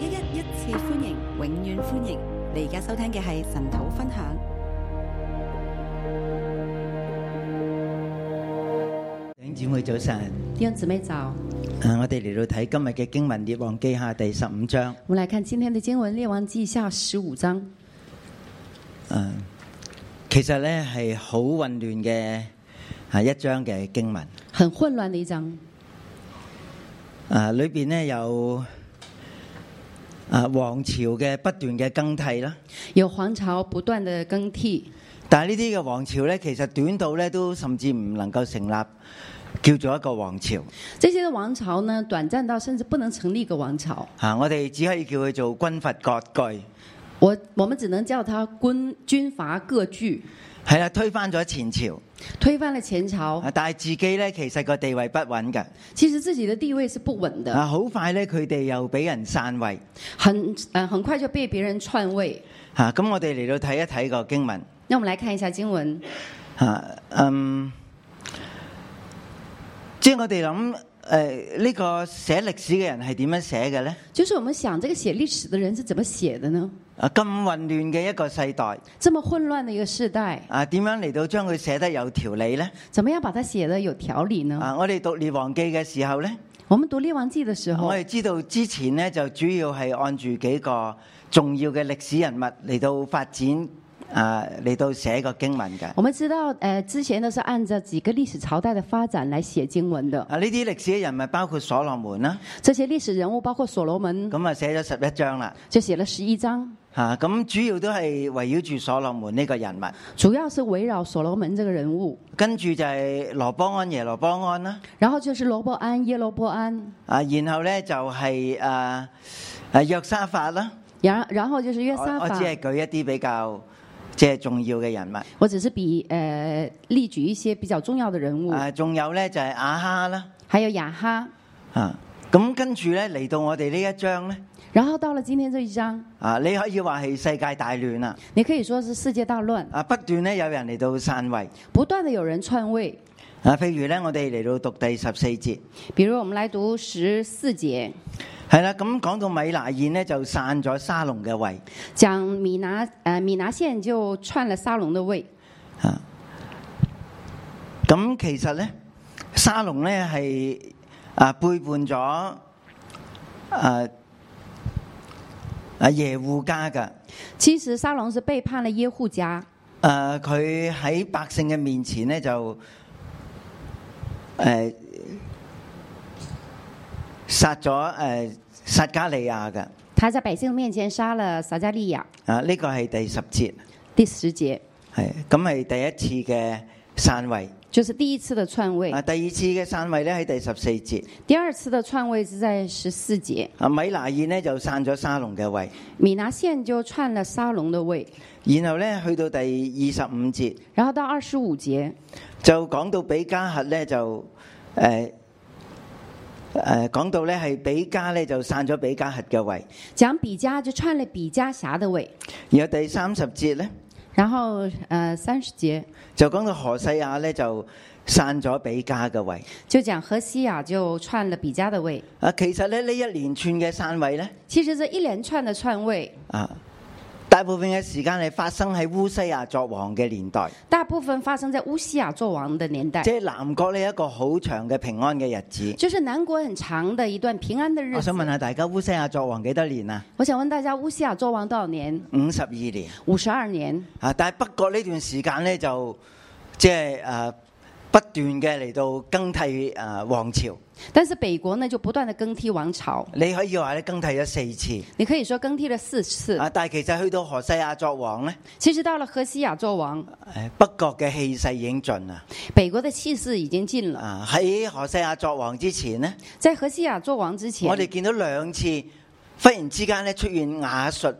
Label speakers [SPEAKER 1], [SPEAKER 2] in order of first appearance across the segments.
[SPEAKER 1] 一一一次歡迎，永遠歡迎！你而家收聽嘅係神土分享。
[SPEAKER 2] 弟兄姊妹早晨，
[SPEAKER 3] 弟兄姊妹早，
[SPEAKER 2] 啊，我哋嚟到睇今日嘅經文《列王記下》第十五章。
[SPEAKER 3] 我們來看今天的經文《列王記下》十五章，
[SPEAKER 2] 啊，其實呢係好混亂嘅啊一章嘅經文。
[SPEAKER 3] 很混亂的一章，
[SPEAKER 2] 啊，裏邊呢有啊王朝嘅不斷嘅更替啦。
[SPEAKER 3] 有皇朝不斷的更替，
[SPEAKER 2] 但係呢啲嘅王朝呢，其實短到呢都甚至唔能夠成立，叫做一個王朝。
[SPEAKER 3] 這些的王朝呢，短暫到甚至不能成立一個王朝。
[SPEAKER 2] 啊，我哋只可以叫佢做軍閥割據。
[SPEAKER 3] 我我們只能叫它軍軍閥割據，
[SPEAKER 2] 係啦，推翻咗前朝，
[SPEAKER 3] 推翻了前朝
[SPEAKER 2] 啊，，但係自己呢，其實個地位不穩嘅。
[SPEAKER 3] 其實自己的地位是不穩的，
[SPEAKER 2] 啊，好快咧，佢哋又俾人散位。
[SPEAKER 3] 很呃很快就被別人篡位。
[SPEAKER 2] 吓、啊咁我哋嚟到睇一睇個經文。
[SPEAKER 3] 那我們來看一下經文，
[SPEAKER 2] 吓、嗯，即係我哋諗，诶、呢、個寫歷史嘅人係點樣寫嘅咧？
[SPEAKER 3] 就是我們想這個寫歷史的人是怎麼寫的呢？
[SPEAKER 2] 啊，咁混亂嘅一個世代，
[SPEAKER 3] 這麼混亂的一個世代，
[SPEAKER 2] 啊，点样嚟到將佢寫得有條理咧？
[SPEAKER 3] 怎麼樣把它寫得有條理呢？
[SPEAKER 2] 啊，我哋讀《列王記》嘅時候咧，
[SPEAKER 3] 我們讀《列王記》的時候
[SPEAKER 2] 我，哋知道之前咧就主要係按住幾個重要嘅歷史人物嚟到發展，啊，嚟到寫個經文嘅。啊
[SPEAKER 3] 我们知道，呃，之前呢是按照几个历史朝代的发展来写经文的。
[SPEAKER 2] 啊！呢啲歷史嘅人物包括所羅門啦，
[SPEAKER 3] 这些历史人物，包括所罗门，
[SPEAKER 2] 咁啊寫咗十一章啦，
[SPEAKER 3] 就写了十一章，
[SPEAKER 2] 嚇咁主要都係圍繞住所羅門呢個人物，
[SPEAKER 3] 主要是围繞所罗門这个人物。
[SPEAKER 2] 跟住就係羅波安、耶羅波安啦，
[SPEAKER 3] 然后就是罗伯安、耶罗伯安，
[SPEAKER 2] 啊，然後咧就係誒誒約沙法啦，
[SPEAKER 3] 然然后就是约
[SPEAKER 2] 我
[SPEAKER 3] 沙
[SPEAKER 2] 我
[SPEAKER 3] 法
[SPEAKER 2] 只。係舉一啲比較即係重要嘅人物，
[SPEAKER 3] 我只是比呃例举一些比较重要的人物，
[SPEAKER 2] 啊，仲有咧就係亞哈啦，
[SPEAKER 3] 还有雅哈。
[SPEAKER 2] 啊，咁跟住咧嚟到我哋呢一章咧，
[SPEAKER 3] 然后到了今天这一章，
[SPEAKER 2] 啊，你可以話係世界大亂啦，
[SPEAKER 3] 你可以说是世界大乱，
[SPEAKER 2] 啊，不斷咧有人嚟到散位，
[SPEAKER 3] 不断的有人篡位。
[SPEAKER 2] 啊，譬如咧我哋嚟到讀第十四節。
[SPEAKER 3] 比如我们来读十四节，
[SPEAKER 2] 系啦，咁講到米拿宴呢，就散咗沙龍嘅位
[SPEAKER 3] 讲米拿呃米拿县就篡了沙龙的位。
[SPEAKER 2] 啊。咁其實呢，沙龍呢係啊背叛咗啊啊耶户家噶，
[SPEAKER 3] 其实沙龙是背叛了耶户家，
[SPEAKER 2] 诶啊佢喺百姓嘅面前呢，就诶杀咗诶撒加利亞嘅
[SPEAKER 3] 他在百姓面前杀了撒加利亚。
[SPEAKER 2] 啊，呢、個係第十節，
[SPEAKER 3] 第十节
[SPEAKER 2] 係咁係第一次嘅散位。
[SPEAKER 3] 就是第一次的篡位
[SPEAKER 2] 啊，，第二次嘅散位咧喺第十四節，
[SPEAKER 3] 第二次的篡位是在十四节。
[SPEAKER 2] 啊米拿燕呢就散咗沙龍嘅位，
[SPEAKER 3] 米拿县就篡了沙龙的位，
[SPEAKER 2] 然後咧去到第二十五節
[SPEAKER 3] 然后到二十五节
[SPEAKER 2] 就講到比加核咧就誒誒講到咧係比加咧就散咗比加核嘅位，
[SPEAKER 3] 讲比加就篡了比加辖的位，
[SPEAKER 2] 然後第三十節咧
[SPEAKER 3] 然后呃三十节
[SPEAKER 2] 就講到何西亞咧就散咗比加嘅位。
[SPEAKER 3] 就讲何西雅就篡了比加的位。
[SPEAKER 2] 啊，其實咧呢一連串嘅散位咧
[SPEAKER 3] 其实这一连串的篡位，
[SPEAKER 2] 啊。大部分嘅時間係發生喺烏西亞作王嘅年代，
[SPEAKER 3] 大部分发生在乌西雅做王的年代
[SPEAKER 2] 即，係南國呢一個好長嘅平安嘅日子。
[SPEAKER 3] 就是南国很长的一段平安的日
[SPEAKER 2] 我
[SPEAKER 3] 子
[SPEAKER 2] 想。問下大家，烏西亞作王幾多年啊？
[SPEAKER 3] 我想问大家，乌西亚做王多少年？
[SPEAKER 2] 五十二年
[SPEAKER 3] 五十二年。
[SPEAKER 2] 啊！但係北國呢段時間呢，就即係誒不斷嘅嚟到更替誒、呃王朝，
[SPEAKER 3] 但是北国呢，就不断的更替王朝，
[SPEAKER 2] 你可以話咧更替咗四次
[SPEAKER 3] 你可以说更替了四次。
[SPEAKER 2] 啊！但係其實去到何西亞作王呢，
[SPEAKER 3] 其实到了何西亚做王，
[SPEAKER 2] 誒北國嘅氣勢已經盡啦
[SPEAKER 3] 北国的气势已经尽了。
[SPEAKER 2] 啊！喺何西亞作王之前呢，
[SPEAKER 3] 在何西亚做王之前，
[SPEAKER 2] 我哋見到兩次忽然之間咧出現亞述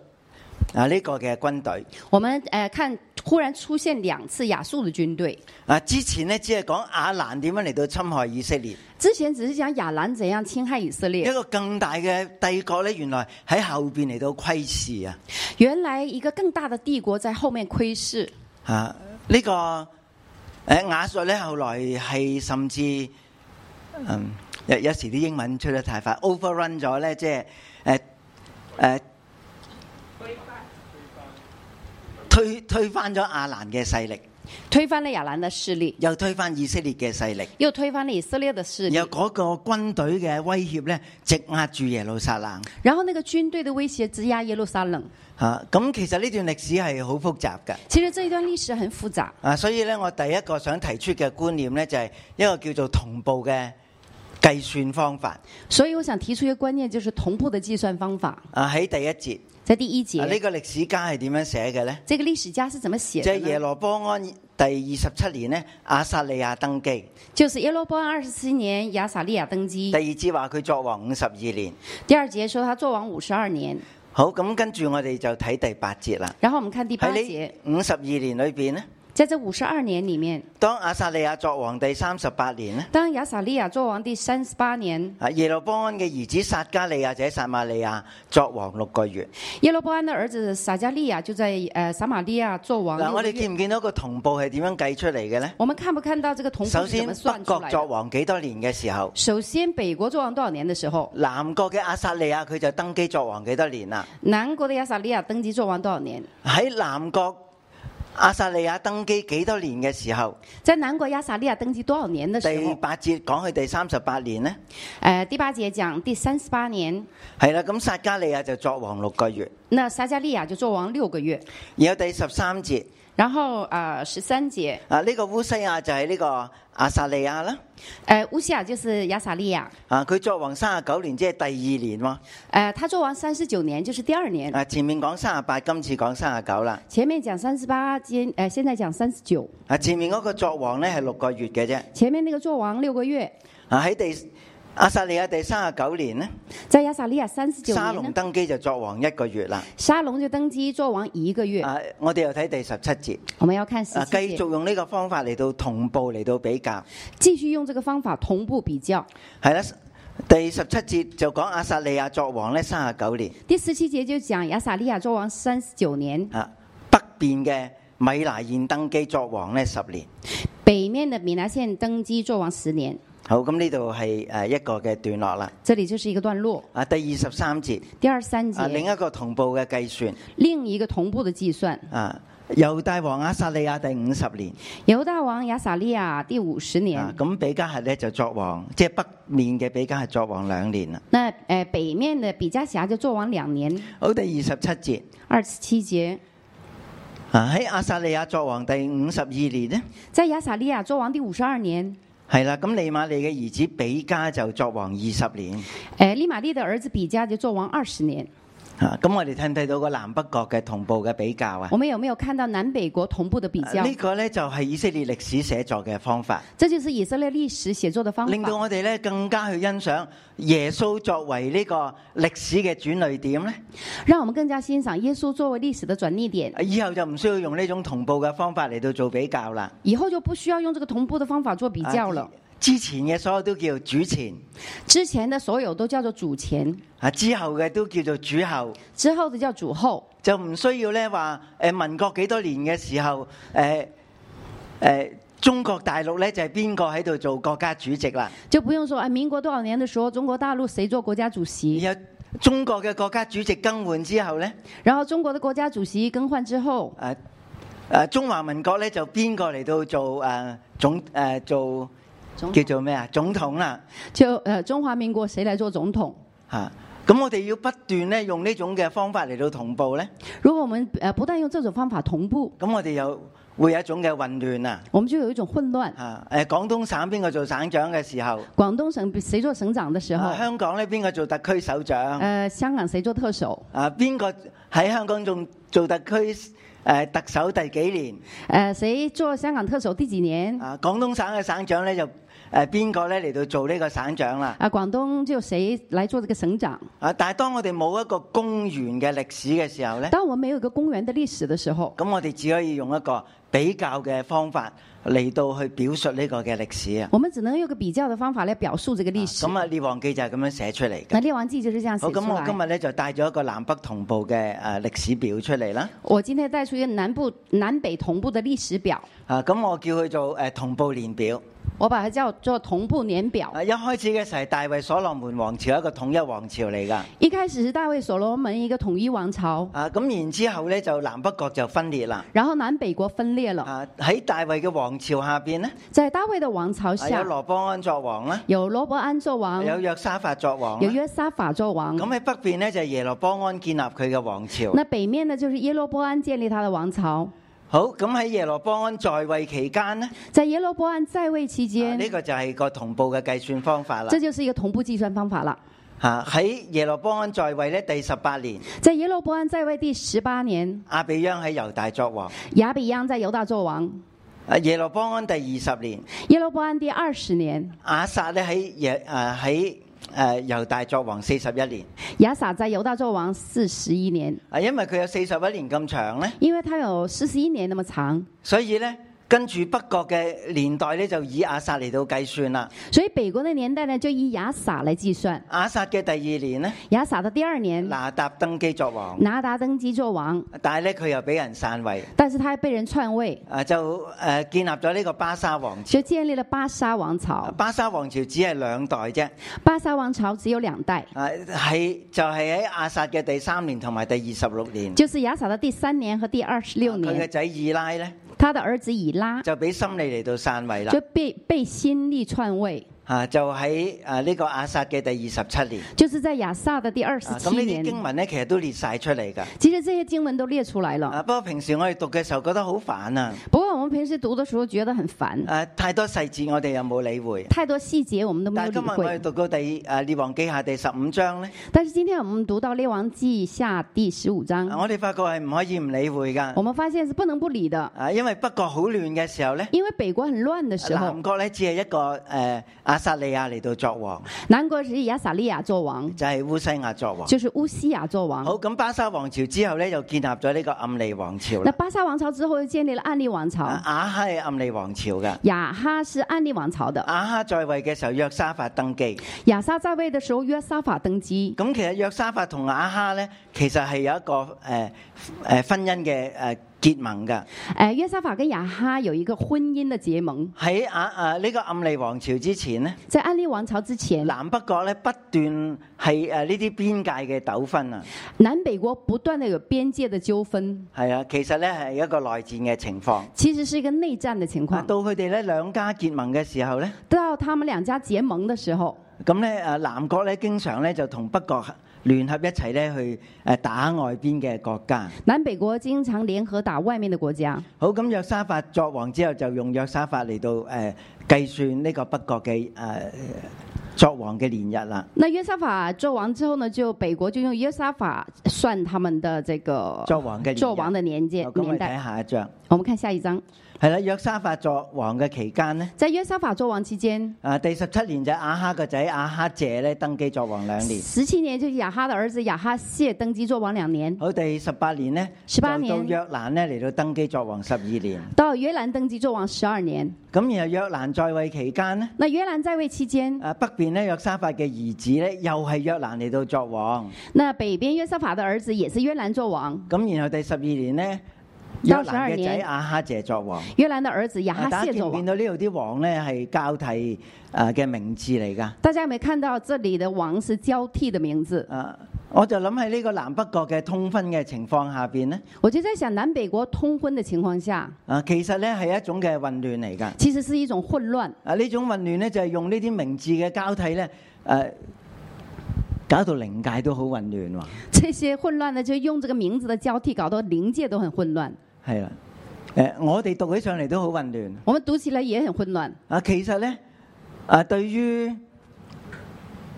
[SPEAKER 2] 啊呢、個嘅軍隊
[SPEAKER 3] 我们呃看忽然出现两次亚述的軍隊，
[SPEAKER 2] 啊！之前呢，只係講亞蘭點樣嚟到侵害以色列。
[SPEAKER 3] 之前只是讲亚兰怎样侵害以色
[SPEAKER 2] 一
[SPEAKER 3] 列，
[SPEAKER 2] 個更大嘅帝國咧，原來喺後边嚟到窺視啊！
[SPEAKER 3] 原来一个更大的帝国在后面窥视。
[SPEAKER 2] 啊，呢、個诶雅述咧，後來係甚至嗯有有時啲英文出得太快，overrun 咗咧，即係诶诶、推推翻咗亞蘭嘅勢力，
[SPEAKER 3] 推翻了亚兰的势力，
[SPEAKER 2] 又推翻以色列嘅勢力，
[SPEAKER 3] 又推翻了以色列的势力
[SPEAKER 2] 然，後嗰個軍隊嘅威脅咧，直壓住耶路撒冷。
[SPEAKER 3] 然后那个军队的威胁积压耶路撒冷。
[SPEAKER 2] 吓，啊咁其實呢段歷史係好複雜嘅。
[SPEAKER 3] 其实这一段历史很复杂，
[SPEAKER 2] 啊，所以咧，我第一個想提出嘅觀念咧，就係一個叫做同步嘅計算方法。
[SPEAKER 3] 所以我想提出一个观念，就是同步的计算方法。
[SPEAKER 2] 啊，喺第一節，
[SPEAKER 3] 在第一节，
[SPEAKER 2] 啊呢、個歷史家係點樣寫嘅咧？
[SPEAKER 3] 这个历史家是怎么写
[SPEAKER 2] 即係
[SPEAKER 3] 的
[SPEAKER 2] 耶
[SPEAKER 3] 呢？
[SPEAKER 2] 羅波安第二十七年呢，亞撒利亞登基。
[SPEAKER 3] 就是耶罗波安二十七年，亚撒利亚登基
[SPEAKER 2] 第。二節話佢作王五十二年。
[SPEAKER 3] 第二节说他做王五十二年，
[SPEAKER 2] 好，咁跟住我哋就睇第八節啦。
[SPEAKER 3] 然后我们看第八
[SPEAKER 2] 喺
[SPEAKER 3] 节，
[SPEAKER 2] 呢五十二年裏边呢，
[SPEAKER 3] 在这五十二年里面，
[SPEAKER 2] 當亞撒利亞作王第三十八年呢，
[SPEAKER 3] 当亚撒利亚做王第三十八年，
[SPEAKER 2] 啊耶羅波安嘅兒子撒加利亞者撒瑪利亞作王六個月。
[SPEAKER 3] 耶罗波安的儿子撒加利亚就在呃撒玛利亚做王
[SPEAKER 2] 嗱，
[SPEAKER 3] 六
[SPEAKER 2] 我
[SPEAKER 3] 个
[SPEAKER 2] 哋
[SPEAKER 3] 月。
[SPEAKER 2] 見唔見到個同步係點樣計出嚟嘅呢？
[SPEAKER 3] 我们看不看到这个同
[SPEAKER 2] 首
[SPEAKER 3] 步是
[SPEAKER 2] 先，
[SPEAKER 3] 怎么算
[SPEAKER 2] 北
[SPEAKER 3] 出
[SPEAKER 2] 國
[SPEAKER 3] 来
[SPEAKER 2] 作
[SPEAKER 3] 的？
[SPEAKER 2] 王幾多年嘅時候，
[SPEAKER 3] 首先，北国做王多少年的时候，
[SPEAKER 2] 南國嘅阿撒利亞佢就登基作王幾多年啦。
[SPEAKER 3] 南国的亚撒利亚登基做王多少年？
[SPEAKER 2] 喺南國阿撒利亞登基幾多年嘅時候，
[SPEAKER 3] 在南国亚撒利亚登基多少年的时
[SPEAKER 2] 第
[SPEAKER 3] 候？
[SPEAKER 2] 八節講佢第三十八年呢，
[SPEAKER 3] 呃，第八节讲第三十八年，
[SPEAKER 2] 係啦，咁撒加利亞就作王六個月。
[SPEAKER 3] 那撒加利亚就做王六个月。
[SPEAKER 2] 然後第十三節
[SPEAKER 3] 然後啊，十、三节，
[SPEAKER 2] 啊，呢、個烏西亞就係呢個阿撒利亞啦。
[SPEAKER 3] 呃，乌西亚就是亚撒利亚，
[SPEAKER 2] 啊，佢作王三十九年，即係第二年喎。
[SPEAKER 3] 呃，他做王三十九年，就是第二年。
[SPEAKER 2] 啊，前面講三十八，今次講三十九啦。
[SPEAKER 3] 前面讲三十八，今呃现在讲三十九。
[SPEAKER 2] 啊，前面嗰個作王呢係六個月嘅啫。
[SPEAKER 3] 前面那個做王六個月，
[SPEAKER 2] 啊喺第阿撒利亞第三十九年呢，
[SPEAKER 3] 在亚撒利亚三十九
[SPEAKER 2] 沙
[SPEAKER 3] 年
[SPEAKER 2] 龍
[SPEAKER 3] 呢，
[SPEAKER 2] 登基就作王一個月啦。
[SPEAKER 3] 沙龍就登基做王一個月。
[SPEAKER 2] 啊，我哋又睇第十七節，
[SPEAKER 3] 我們要看十
[SPEAKER 2] 啊，
[SPEAKER 3] 七
[SPEAKER 2] 繼
[SPEAKER 3] 节，
[SPEAKER 2] 續用呢個方法嚟到同步嚟到比較，
[SPEAKER 3] 繼續用這個方法同步比較。
[SPEAKER 2] 係啦。第十七節就講阿撒利亞作王呢三十九年，
[SPEAKER 3] 第十七节就讲亚撒利亚做王三十九年，
[SPEAKER 2] 啊，北邊嘅米拿現登基作王呢十年。
[SPEAKER 3] 北面的米拿县登基做王十年。
[SPEAKER 2] 好，咁呢度係誒一個嘅段落啦。
[SPEAKER 3] 这里就是一个段落。
[SPEAKER 2] 啊，第二十三節
[SPEAKER 3] 第二三节，
[SPEAKER 2] 啊，另一個同步嘅計算
[SPEAKER 3] 另一个同步的计算，
[SPEAKER 2] 啊，猶大王阿撒利亞第五十年。
[SPEAKER 3] 犹大王亚撒利亚第五十年。
[SPEAKER 2] 啊，咁比加核咧就作王，即係北面嘅比加核作王兩年啦。
[SPEAKER 3] 那呃，北面的比加辖就做王两年。
[SPEAKER 2] 好，第二十七節
[SPEAKER 3] 二十七节，
[SPEAKER 2] 啊，喺亞撒利亞作王第五十二年呢，
[SPEAKER 3] 在亚撒利亚做王第五十二年，
[SPEAKER 2] 係啦，咁利瑪利嘅兒子比加就作王二十年。
[SPEAKER 3] 呃，利玛利的儿子比加就做王二十年。
[SPEAKER 2] 啊，咁我哋睇唔睇到個南北國嘅同步嘅比較啊？
[SPEAKER 3] 我们有没有看到南北国同步的比
[SPEAKER 2] 啊
[SPEAKER 3] 较
[SPEAKER 2] 呢？個呢就係以色列歷史寫作嘅方法，
[SPEAKER 3] 这就是以色列历史写作的方
[SPEAKER 2] 令到
[SPEAKER 3] 法，
[SPEAKER 2] 我哋呢更加去欣賞耶穌作為呢個歷史嘅轉捩點呢，
[SPEAKER 3] 让我们更加欣赏耶稣作为历史的转捩点。
[SPEAKER 2] 啊以後就唔需要用呢種同步嘅方法嚟到做比較啦。
[SPEAKER 3] 以后就不需要用这个同步的方法做比较了
[SPEAKER 2] 啊。之前嘅所有都叫主前。
[SPEAKER 3] 之前的所有都叫做主前，
[SPEAKER 2] 啊，之後嘅都叫做主後，
[SPEAKER 3] 之后的叫主后，
[SPEAKER 2] 就唔需要咧話誒民國幾多年嘅時候，誒、誒、中國大陸咧就係邊個喺度做國家主席啦？
[SPEAKER 3] 就不用说哎，民国多少年的时候，中国大陆谁做国家主席？
[SPEAKER 2] 然後中國嘅國家主席更換之後咧，
[SPEAKER 3] 然后中国的国家主席更換之后，
[SPEAKER 2] 誒、誒啊中華民國咧就邊個嚟到做誒、總誒、做
[SPEAKER 3] 總
[SPEAKER 2] 叫
[SPEAKER 3] 統
[SPEAKER 2] 做咩啊總統啦
[SPEAKER 3] 就呃中华民国谁来做总统？
[SPEAKER 2] 嚇？啊咁、我哋要不斷咧用呢種嘅方法嚟到同步咧，
[SPEAKER 3] 如果我们呃不但用这种方法同步，
[SPEAKER 2] 咁我哋又會有一種嘅混亂啊！
[SPEAKER 3] 我们就有一种混乱。
[SPEAKER 2] 嚇誒廣東省邊個做省長嘅時候？
[SPEAKER 3] 广东省谁做省长的时候
[SPEAKER 2] 啊，香港咧邊個做特區首長？
[SPEAKER 3] 呃，香港谁做特首？
[SPEAKER 2] 啊，邊個喺香港仲做特區誒、呃特首第幾年？
[SPEAKER 3] 呃，谁做香港特首第几年？
[SPEAKER 2] 啊，廣東省嘅省長咧就誒邊個咧嚟到做呢個省長啦？
[SPEAKER 3] 啊，广东就谁来做这个省长？
[SPEAKER 2] 啊，但係當我哋冇一個公元嘅歷史嘅時候咧，
[SPEAKER 3] 当我们没有一个公园的历史的时候，
[SPEAKER 2] 咁我哋只可以用一個比較嘅方法嚟到去表述呢個嘅歷史啊。
[SPEAKER 3] 我们只能用个比较的方法来表述这个历史。
[SPEAKER 2] 咁啊，列王記就係咁樣寫出嚟嘅。
[SPEAKER 3] 那《列王记》就是这样写
[SPEAKER 2] 好，
[SPEAKER 3] 出
[SPEAKER 2] 咁我今
[SPEAKER 3] 来。
[SPEAKER 2] 日咧就帶咗一個南北同步嘅誒歷史表出嚟啦。
[SPEAKER 3] 我今天带出一个南部南北同步的历史表，
[SPEAKER 2] 呃啊，咁我叫佢做誒同步年表。
[SPEAKER 3] 我把它叫做同步年表。
[SPEAKER 2] 啊，一開始嘅時候係大衛所羅門王朝一個統一王朝嚟㗎。
[SPEAKER 3] 一开始是大卫所罗门一个统一王朝，
[SPEAKER 2] 啊，咁然之後咧就南北國就分裂啦。
[SPEAKER 3] 然后南北国分裂了。
[SPEAKER 2] 啊，喺大衛嘅王朝下邊咧，
[SPEAKER 3] 在大卫的王朝
[SPEAKER 2] 啊有
[SPEAKER 3] 下，
[SPEAKER 2] 羅波安作王啦，
[SPEAKER 3] 有罗伯安做王，
[SPEAKER 2] 有約沙法作王
[SPEAKER 3] 有
[SPEAKER 2] 啦。
[SPEAKER 3] 约沙法做王
[SPEAKER 2] 咁。喺北邊咧就係耶羅波安建立佢嘅王朝。
[SPEAKER 3] 那北面呢，就是耶罗波安建立他的王朝。
[SPEAKER 2] 好，咁喺耶羅波安在位期間咧，啊
[SPEAKER 3] 在耶罗波安在位期
[SPEAKER 2] 呢、
[SPEAKER 3] 间，
[SPEAKER 2] 個就係個同步嘅計算方法啦
[SPEAKER 3] 这。就是一个同步计算方法了。
[SPEAKER 2] 吓喺耶羅波安在位咧第十八年，
[SPEAKER 3] 在耶罗波安在位第十八年，
[SPEAKER 2] 阿比央喺猶大作王。
[SPEAKER 3] 亚比央在犹大做王；
[SPEAKER 2] 啊耶羅波安第二十年，
[SPEAKER 3] 耶罗波安第二十年，
[SPEAKER 2] 亞撒咧喺耶诶喺诶犹大作王四十一年。
[SPEAKER 3] 亚撒在犹大做王四十一年。
[SPEAKER 2] 啊，因為佢有四十一年咁長咧，
[SPEAKER 3] 因为他有四十一年那么长，
[SPEAKER 2] 所以咧跟住北國嘅年代咧就以亞撒嚟到計算啦。
[SPEAKER 3] 所以北国的年代呢，就以亚撒来计算。
[SPEAKER 2] 亞撒嘅第二年咧，
[SPEAKER 3] 亚撒的第二年，
[SPEAKER 2] 拿達登基作王，
[SPEAKER 3] 拿达登基做王，
[SPEAKER 2] 但係咧佢又俾人散位，
[SPEAKER 3] 但是他被人篡位，
[SPEAKER 2] 啊就诶、呃建立咗呢個巴沙王朝。
[SPEAKER 3] 就建立了巴沙王朝。
[SPEAKER 2] 巴沙王朝只係兩代啫，
[SPEAKER 3] 巴沙王朝只有两代，
[SPEAKER 2] 啊係就係喺亞撒嘅第三年同埋第二十六年，啊
[SPEAKER 3] 就是亚撒的第三年和第二十六
[SPEAKER 2] 佢嘅
[SPEAKER 3] 年，
[SPEAKER 2] 仔以拉咧
[SPEAKER 3] 他的儿子以拉
[SPEAKER 2] 就俾心利嚟到散位啦
[SPEAKER 3] 就，被被新利篡位，
[SPEAKER 2] 啊就喺啊呢個亞撒嘅第二十七年。
[SPEAKER 3] 就是在亚撒的第二十
[SPEAKER 2] 啊咁
[SPEAKER 3] 七
[SPEAKER 2] 呢啲經
[SPEAKER 3] 年。
[SPEAKER 2] 文咧，其實都列晒出嚟㗎。
[SPEAKER 3] 其实这些经文都列出来了，
[SPEAKER 2] 啊，不過平時我哋讀嘅時候覺得好煩啊！
[SPEAKER 3] 不过我们平时读的时候觉得很烦，
[SPEAKER 2] 啊，太多細節我哋又冇理會。
[SPEAKER 3] 太多细节我们都没
[SPEAKER 2] 但係
[SPEAKER 3] 有理
[SPEAKER 2] 今日我
[SPEAKER 3] 会
[SPEAKER 2] 哋。讀到第啊列王記下第十五章咧，
[SPEAKER 3] 但是今天我们读到《列王记下》第十五
[SPEAKER 2] 啊
[SPEAKER 3] 章，
[SPEAKER 2] 我哋發覺係唔可以唔理會㗎。
[SPEAKER 3] 我们发现是不能不理的，
[SPEAKER 2] 啊，因為北國好亂嘅時候咧，
[SPEAKER 3] 因为北国很乱的时候
[SPEAKER 2] 南，國咧只係一個诶亞撒利亞嚟到作王，
[SPEAKER 3] 南国是亚撒利亚做王，
[SPEAKER 2] 就係烏西亞作王。
[SPEAKER 3] 就是乌西亚做王。
[SPEAKER 2] 好，咁巴沙王朝之後咧，又建立咗呢個暗利王朝
[SPEAKER 3] 那
[SPEAKER 2] 啦。
[SPEAKER 3] 巴沙王朝之后又建立了安利王朝
[SPEAKER 2] 啊，亞哈係暗利王朝㗎。
[SPEAKER 3] 亚哈是安利王朝的。
[SPEAKER 2] 亞哈在位嘅時候，約沙法登基。
[SPEAKER 3] 亚撒在位的时候，约沙法登基。
[SPEAKER 2] 咁其實約沙法同亞哈咧，其實係有一個誒誒、呃呃婚姻嘅誒、呃、結盟㗎。
[SPEAKER 3] 哎，约沙法跟亚哈有一个婚姻的结盟。
[SPEAKER 2] 喺亞誒呢個暗利王朝之前咧，
[SPEAKER 3] 在安利王朝之前，
[SPEAKER 2] 南北國咧不斷係誒呢啲邊界嘅糾紛啊，
[SPEAKER 3] 南北国不断的有边界的纠紛，
[SPEAKER 2] 係啊，其實咧係一個內戰嘅情況。
[SPEAKER 3] 其实是一个内战的情
[SPEAKER 2] 啊
[SPEAKER 3] 况。
[SPEAKER 2] 到佢哋咧兩家結盟嘅時候咧，
[SPEAKER 3] 到他们兩家结盟的时候，
[SPEAKER 2] 咁咧誒南國咧經常咧就同北國聯合一齊咧去誒打外邊嘅國家。
[SPEAKER 3] 南北国经常联合打外面的国家。
[SPEAKER 2] 好，咁約沙法作王之後，就用約沙法嚟到誒、呃、計算呢個北國嘅誒、呃作王嘅年日啦，
[SPEAKER 3] 那约沙法做王之后呢，就北国就用约沙法算他们的这个
[SPEAKER 2] 作王嘅年日。
[SPEAKER 3] 做王的年哦界
[SPEAKER 2] 好咁我
[SPEAKER 3] 年
[SPEAKER 2] 哋
[SPEAKER 3] 代。
[SPEAKER 2] 睇下一章，
[SPEAKER 3] 我們看下一章，
[SPEAKER 2] 係啦，約沙法作王嘅期間呢，
[SPEAKER 3] 在约沙法做王期间，
[SPEAKER 2] 啊第十七年就亞哈個仔亞哈謝咧登基作王兩年，
[SPEAKER 3] 十七年就是亚哈的儿子亚哈谢登基做王两年，
[SPEAKER 2] 好第十八年呢，
[SPEAKER 3] 18
[SPEAKER 2] 就到
[SPEAKER 3] 年
[SPEAKER 2] 約蘭呢嚟到登基作王十二年，
[SPEAKER 3] 到约兰登基做王十二年。
[SPEAKER 2] 咁然後約蘭在位期間呢。
[SPEAKER 3] 那约兰在位期间，
[SPEAKER 2] 啊，北邊咧，約沙法嘅兒子咧，又係約蘭嚟到作王。
[SPEAKER 3] 那北边约沙法的儿子也是约兰做王，
[SPEAKER 2] 咁然後第十二年呢，約
[SPEAKER 3] 到
[SPEAKER 2] 蘭嘅
[SPEAKER 3] 12
[SPEAKER 2] 仔
[SPEAKER 3] 年
[SPEAKER 2] 亞哈謝作王。
[SPEAKER 3] 约兰的儿子亚
[SPEAKER 2] 啊
[SPEAKER 3] 哈
[SPEAKER 2] 大家
[SPEAKER 3] 谢
[SPEAKER 2] 見
[SPEAKER 3] 做
[SPEAKER 2] 唔見
[SPEAKER 3] 王。
[SPEAKER 2] 到呢度啲王咧係交替誒嘅名字嚟㗎？
[SPEAKER 3] 大家有没有看到这里的王是交替的名字？
[SPEAKER 2] 啊，我就諗喺呢個南北國嘅通婚嘅情況下邊咧，
[SPEAKER 3] 我就在想，南北国通婚的情況下，
[SPEAKER 2] 啊，其實咧係一種嘅混亂嚟㗎。
[SPEAKER 3] 其实是一种混乱。
[SPEAKER 2] 啊，呢種混亂咧就係用呢啲名字嘅交替咧，誒、搞到靈界都好混亂喎。
[SPEAKER 3] 这些混乱呢，就用这个名字的交替，搞得灵界都很混乱。
[SPEAKER 2] 係啦，誒、我哋讀起上嚟都好混亂。
[SPEAKER 3] 我们读起来也很混乱。
[SPEAKER 2] 啊，其實咧，啊，對於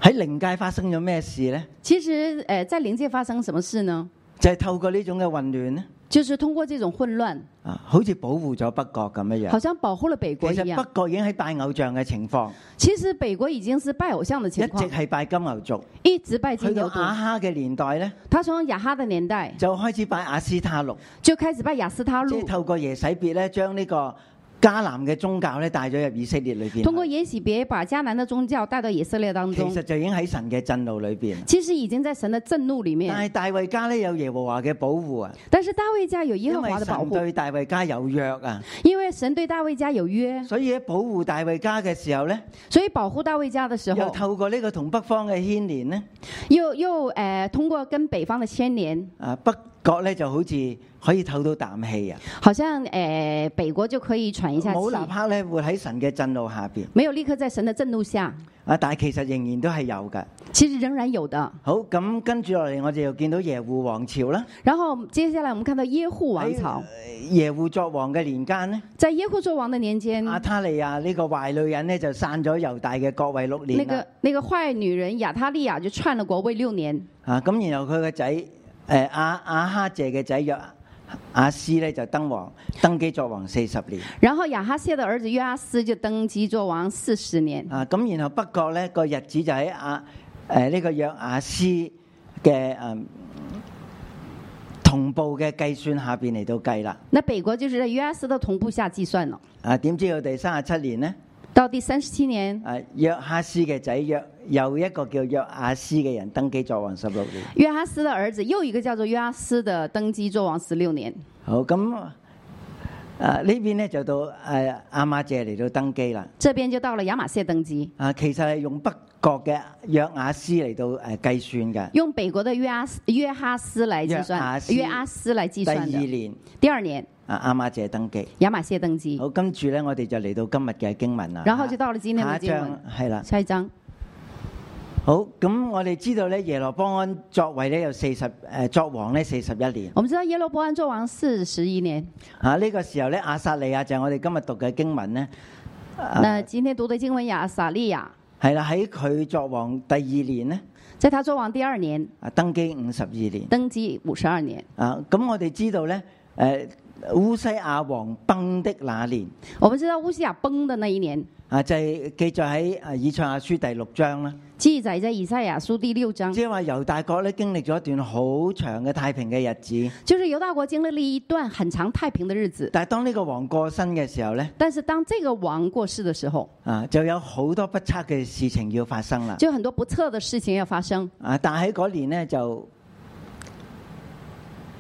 [SPEAKER 2] 喺靈界發生咗咩事咧，
[SPEAKER 3] 其实，呃，在灵界发生什么事呢？
[SPEAKER 2] 就係、透過呢種嘅混亂咧，
[SPEAKER 3] 就是通过这種混乱，
[SPEAKER 2] 啊，好似保護咗北國咁樣
[SPEAKER 3] 好
[SPEAKER 2] 樣。
[SPEAKER 3] 像保护了北
[SPEAKER 2] 其
[SPEAKER 3] 国一
[SPEAKER 2] 實
[SPEAKER 3] 样。
[SPEAKER 2] 北國已經喺拜偶像嘅情況，
[SPEAKER 3] 其实北国已经是拜偶像的
[SPEAKER 2] 一直
[SPEAKER 3] 情况，
[SPEAKER 2] 係拜金牛族。
[SPEAKER 3] 一直拜金
[SPEAKER 2] 去到
[SPEAKER 3] 牛
[SPEAKER 2] 亞
[SPEAKER 3] 犊。
[SPEAKER 2] 哈嘅年代咧，
[SPEAKER 3] 他从雅哈的年代
[SPEAKER 2] 就開始拜亞斯他錄，
[SPEAKER 3] 就开始拜雅斯他
[SPEAKER 2] 即
[SPEAKER 3] 路
[SPEAKER 2] 係，透過耶洗別咧，將呢個迦南嘅宗教咧帶咗入以色列裏邊，
[SPEAKER 3] 通过耶洗别把迦南的宗教带到以色列当
[SPEAKER 2] 其
[SPEAKER 3] 中，
[SPEAKER 2] 實就已經喺神嘅震怒裏邊。
[SPEAKER 3] 其實已经在神的震怒里
[SPEAKER 2] 但
[SPEAKER 3] 面。
[SPEAKER 2] 係大衛家咧有耶和華嘅保護啊，
[SPEAKER 3] 但是大衛家有耶
[SPEAKER 2] 因
[SPEAKER 3] 和华
[SPEAKER 2] 為
[SPEAKER 3] 的保
[SPEAKER 2] 神
[SPEAKER 3] 护，
[SPEAKER 2] 對大衛家有約啊，
[SPEAKER 3] 因為神對大衛家有約，
[SPEAKER 2] 所以喺保護大衛家嘅時候咧，
[SPEAKER 3] 所以保護大衛家的時
[SPEAKER 2] 又
[SPEAKER 3] 候，
[SPEAKER 2] 透過呢個同北方嘅牽連咧，
[SPEAKER 3] 又又诶、呃通過跟北方的牽連，
[SPEAKER 2] 啊北國咧就好似可以透到啖氣啊，
[SPEAKER 3] 好像诶、呃北國就可以喘一下
[SPEAKER 2] 冇立
[SPEAKER 3] 氣，
[SPEAKER 2] 刻咧活喺神嘅震怒下邊
[SPEAKER 3] 沒有立刻在神的震怒下，
[SPEAKER 2] 啊，但係其實仍然都係有嘅。
[SPEAKER 3] 其實仍然有的。
[SPEAKER 2] 好，咁跟住落嚟，我哋又見到耶户王朝啦。
[SPEAKER 3] 然後接下來我們看到耶户王朝，
[SPEAKER 2] 喺耶户作王嘅年間呢，
[SPEAKER 3] 在耶户作王的年間，
[SPEAKER 2] 亞他利亞呢個壞女人呢，就散咗猶大嘅國位六
[SPEAKER 3] 那
[SPEAKER 2] 年啦
[SPEAKER 3] 個那個壞女人亞他利雅就篡了國位六年，
[SPEAKER 2] 啊，咁然後佢個仔誒亞亞哈謝嘅仔約亞斯呢，就登王登基作王四十年
[SPEAKER 3] 然後亞哈謝的兒子約阿斯就登基作王四十年。
[SPEAKER 2] 啊，咁然後北國呢個日子就喺亞誒呢個約亞斯嘅誒同步嘅計算下邊嚟到計啦。
[SPEAKER 3] 那北國就是在約阿斯的同步下計算了。
[SPEAKER 2] 啊，點知佢哋三十七年呢？
[SPEAKER 3] 到第三十七年，
[SPEAKER 2] 啊，約哈斯嘅仔約有一個叫約亞斯嘅人登基作王十六年。
[SPEAKER 3] 約阿斯的兒子又一個叫做約阿斯的登基作王十六年。
[SPEAKER 2] 好咁啊呢邊咧就到誒亞瑪謝嚟到登基啦。
[SPEAKER 3] 這邊就到了亞瑪謝登基，
[SPEAKER 2] 啊，其實係用北國嘅約亞斯嚟到誒計算
[SPEAKER 3] 用北國的約阿斯約哈斯來計
[SPEAKER 2] 約阿
[SPEAKER 3] 算，
[SPEAKER 2] 斯
[SPEAKER 3] 約阿斯來
[SPEAKER 2] 嘅。
[SPEAKER 3] 計
[SPEAKER 2] 第二
[SPEAKER 3] 算的。
[SPEAKER 2] 年
[SPEAKER 3] 第二年，
[SPEAKER 2] 啊亞瑪謝登基。
[SPEAKER 3] 亞瑪謝登基，
[SPEAKER 2] 好，跟住咧我哋就嚟到今日嘅經文啦。
[SPEAKER 3] 然後就到了今天
[SPEAKER 2] 下
[SPEAKER 3] 的
[SPEAKER 2] 一
[SPEAKER 3] 經文
[SPEAKER 2] 章。係啦。
[SPEAKER 3] 下一章，
[SPEAKER 2] 好，咁我哋知道咧耶羅波安作為咧有四十誒作王咧四十一年。
[SPEAKER 3] 我們知道耶羅波安作王四十一年。
[SPEAKER 2] 啊，呢個時候咧亞撒利亞就係我哋今日讀嘅經文咧。啊
[SPEAKER 3] 那今天讀的經文亞撒利雅，
[SPEAKER 2] 係啦，喺佢作王第二年咧，
[SPEAKER 3] 在他作王第二年
[SPEAKER 2] 啊登基五十二年
[SPEAKER 3] 登基五十二年。
[SPEAKER 2] 啊，咁我哋知道咧，誒、烏西亞王崩的那年
[SPEAKER 3] 我們知道烏西雅崩的那一年，
[SPEAKER 2] 啊，就係、記載喺啊以賽亞書第六章啦，
[SPEAKER 3] 記載在以賽亞書第六章，
[SPEAKER 2] 即係話猶大國咧經歷咗一段好長嘅太平嘅日子，
[SPEAKER 3] 就是猶大國經歷了一段很長太平的日子。
[SPEAKER 2] 但係當呢個王過身嘅時候咧，
[SPEAKER 3] 但是当这个王过世的时候，
[SPEAKER 2] 啊就有好多不測嘅事情要發生啦，
[SPEAKER 3] 就很多不测的事情要发生。
[SPEAKER 2] 啊，但喺嗰年呢，就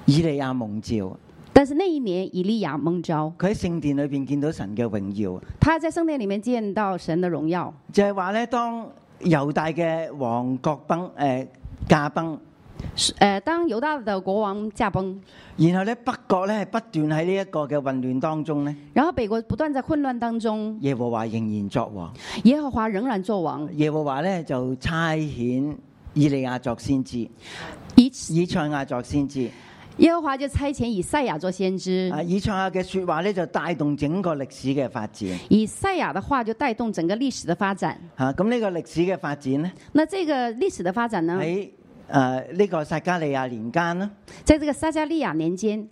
[SPEAKER 2] 以利亞蒙召，
[SPEAKER 3] 但是那一年，以利亚蒙召，
[SPEAKER 2] 佢喺聖殿裏邊見到神嘅榮耀。
[SPEAKER 3] 他在圣殿里面见到神的榮耀。
[SPEAKER 2] 就係話咧，當猶大嘅王國崩誒、呃、駕崩，
[SPEAKER 3] 是呃，当犹大的国王驾崩，
[SPEAKER 2] 然後咧北國咧係不斷喺呢一個嘅混亂當中咧，
[SPEAKER 3] 然后北国不断在混乱当中，
[SPEAKER 2] 耶和華仍然作王。
[SPEAKER 3] 耶和华仍然作王，
[SPEAKER 2] 耶和華咧就差遣以利亞作先知，
[SPEAKER 3] 以
[SPEAKER 2] 以賽亞作先知。
[SPEAKER 3] 耶和华就差遣以赛亚做先知
[SPEAKER 2] 啊，，以賽亞嘅説話咧就帶動整個歷史嘅發展。
[SPEAKER 3] 以赛亚的话就带动整个历史的发展。
[SPEAKER 2] 嚇、啊咁呢個歷史嘅發展咧，
[SPEAKER 3] 那这个历史的发展呢，
[SPEAKER 2] 喺誒呢個撒加利亞年間啦，
[SPEAKER 3] 在这个撒加利亚年间，
[SPEAKER 2] 嗯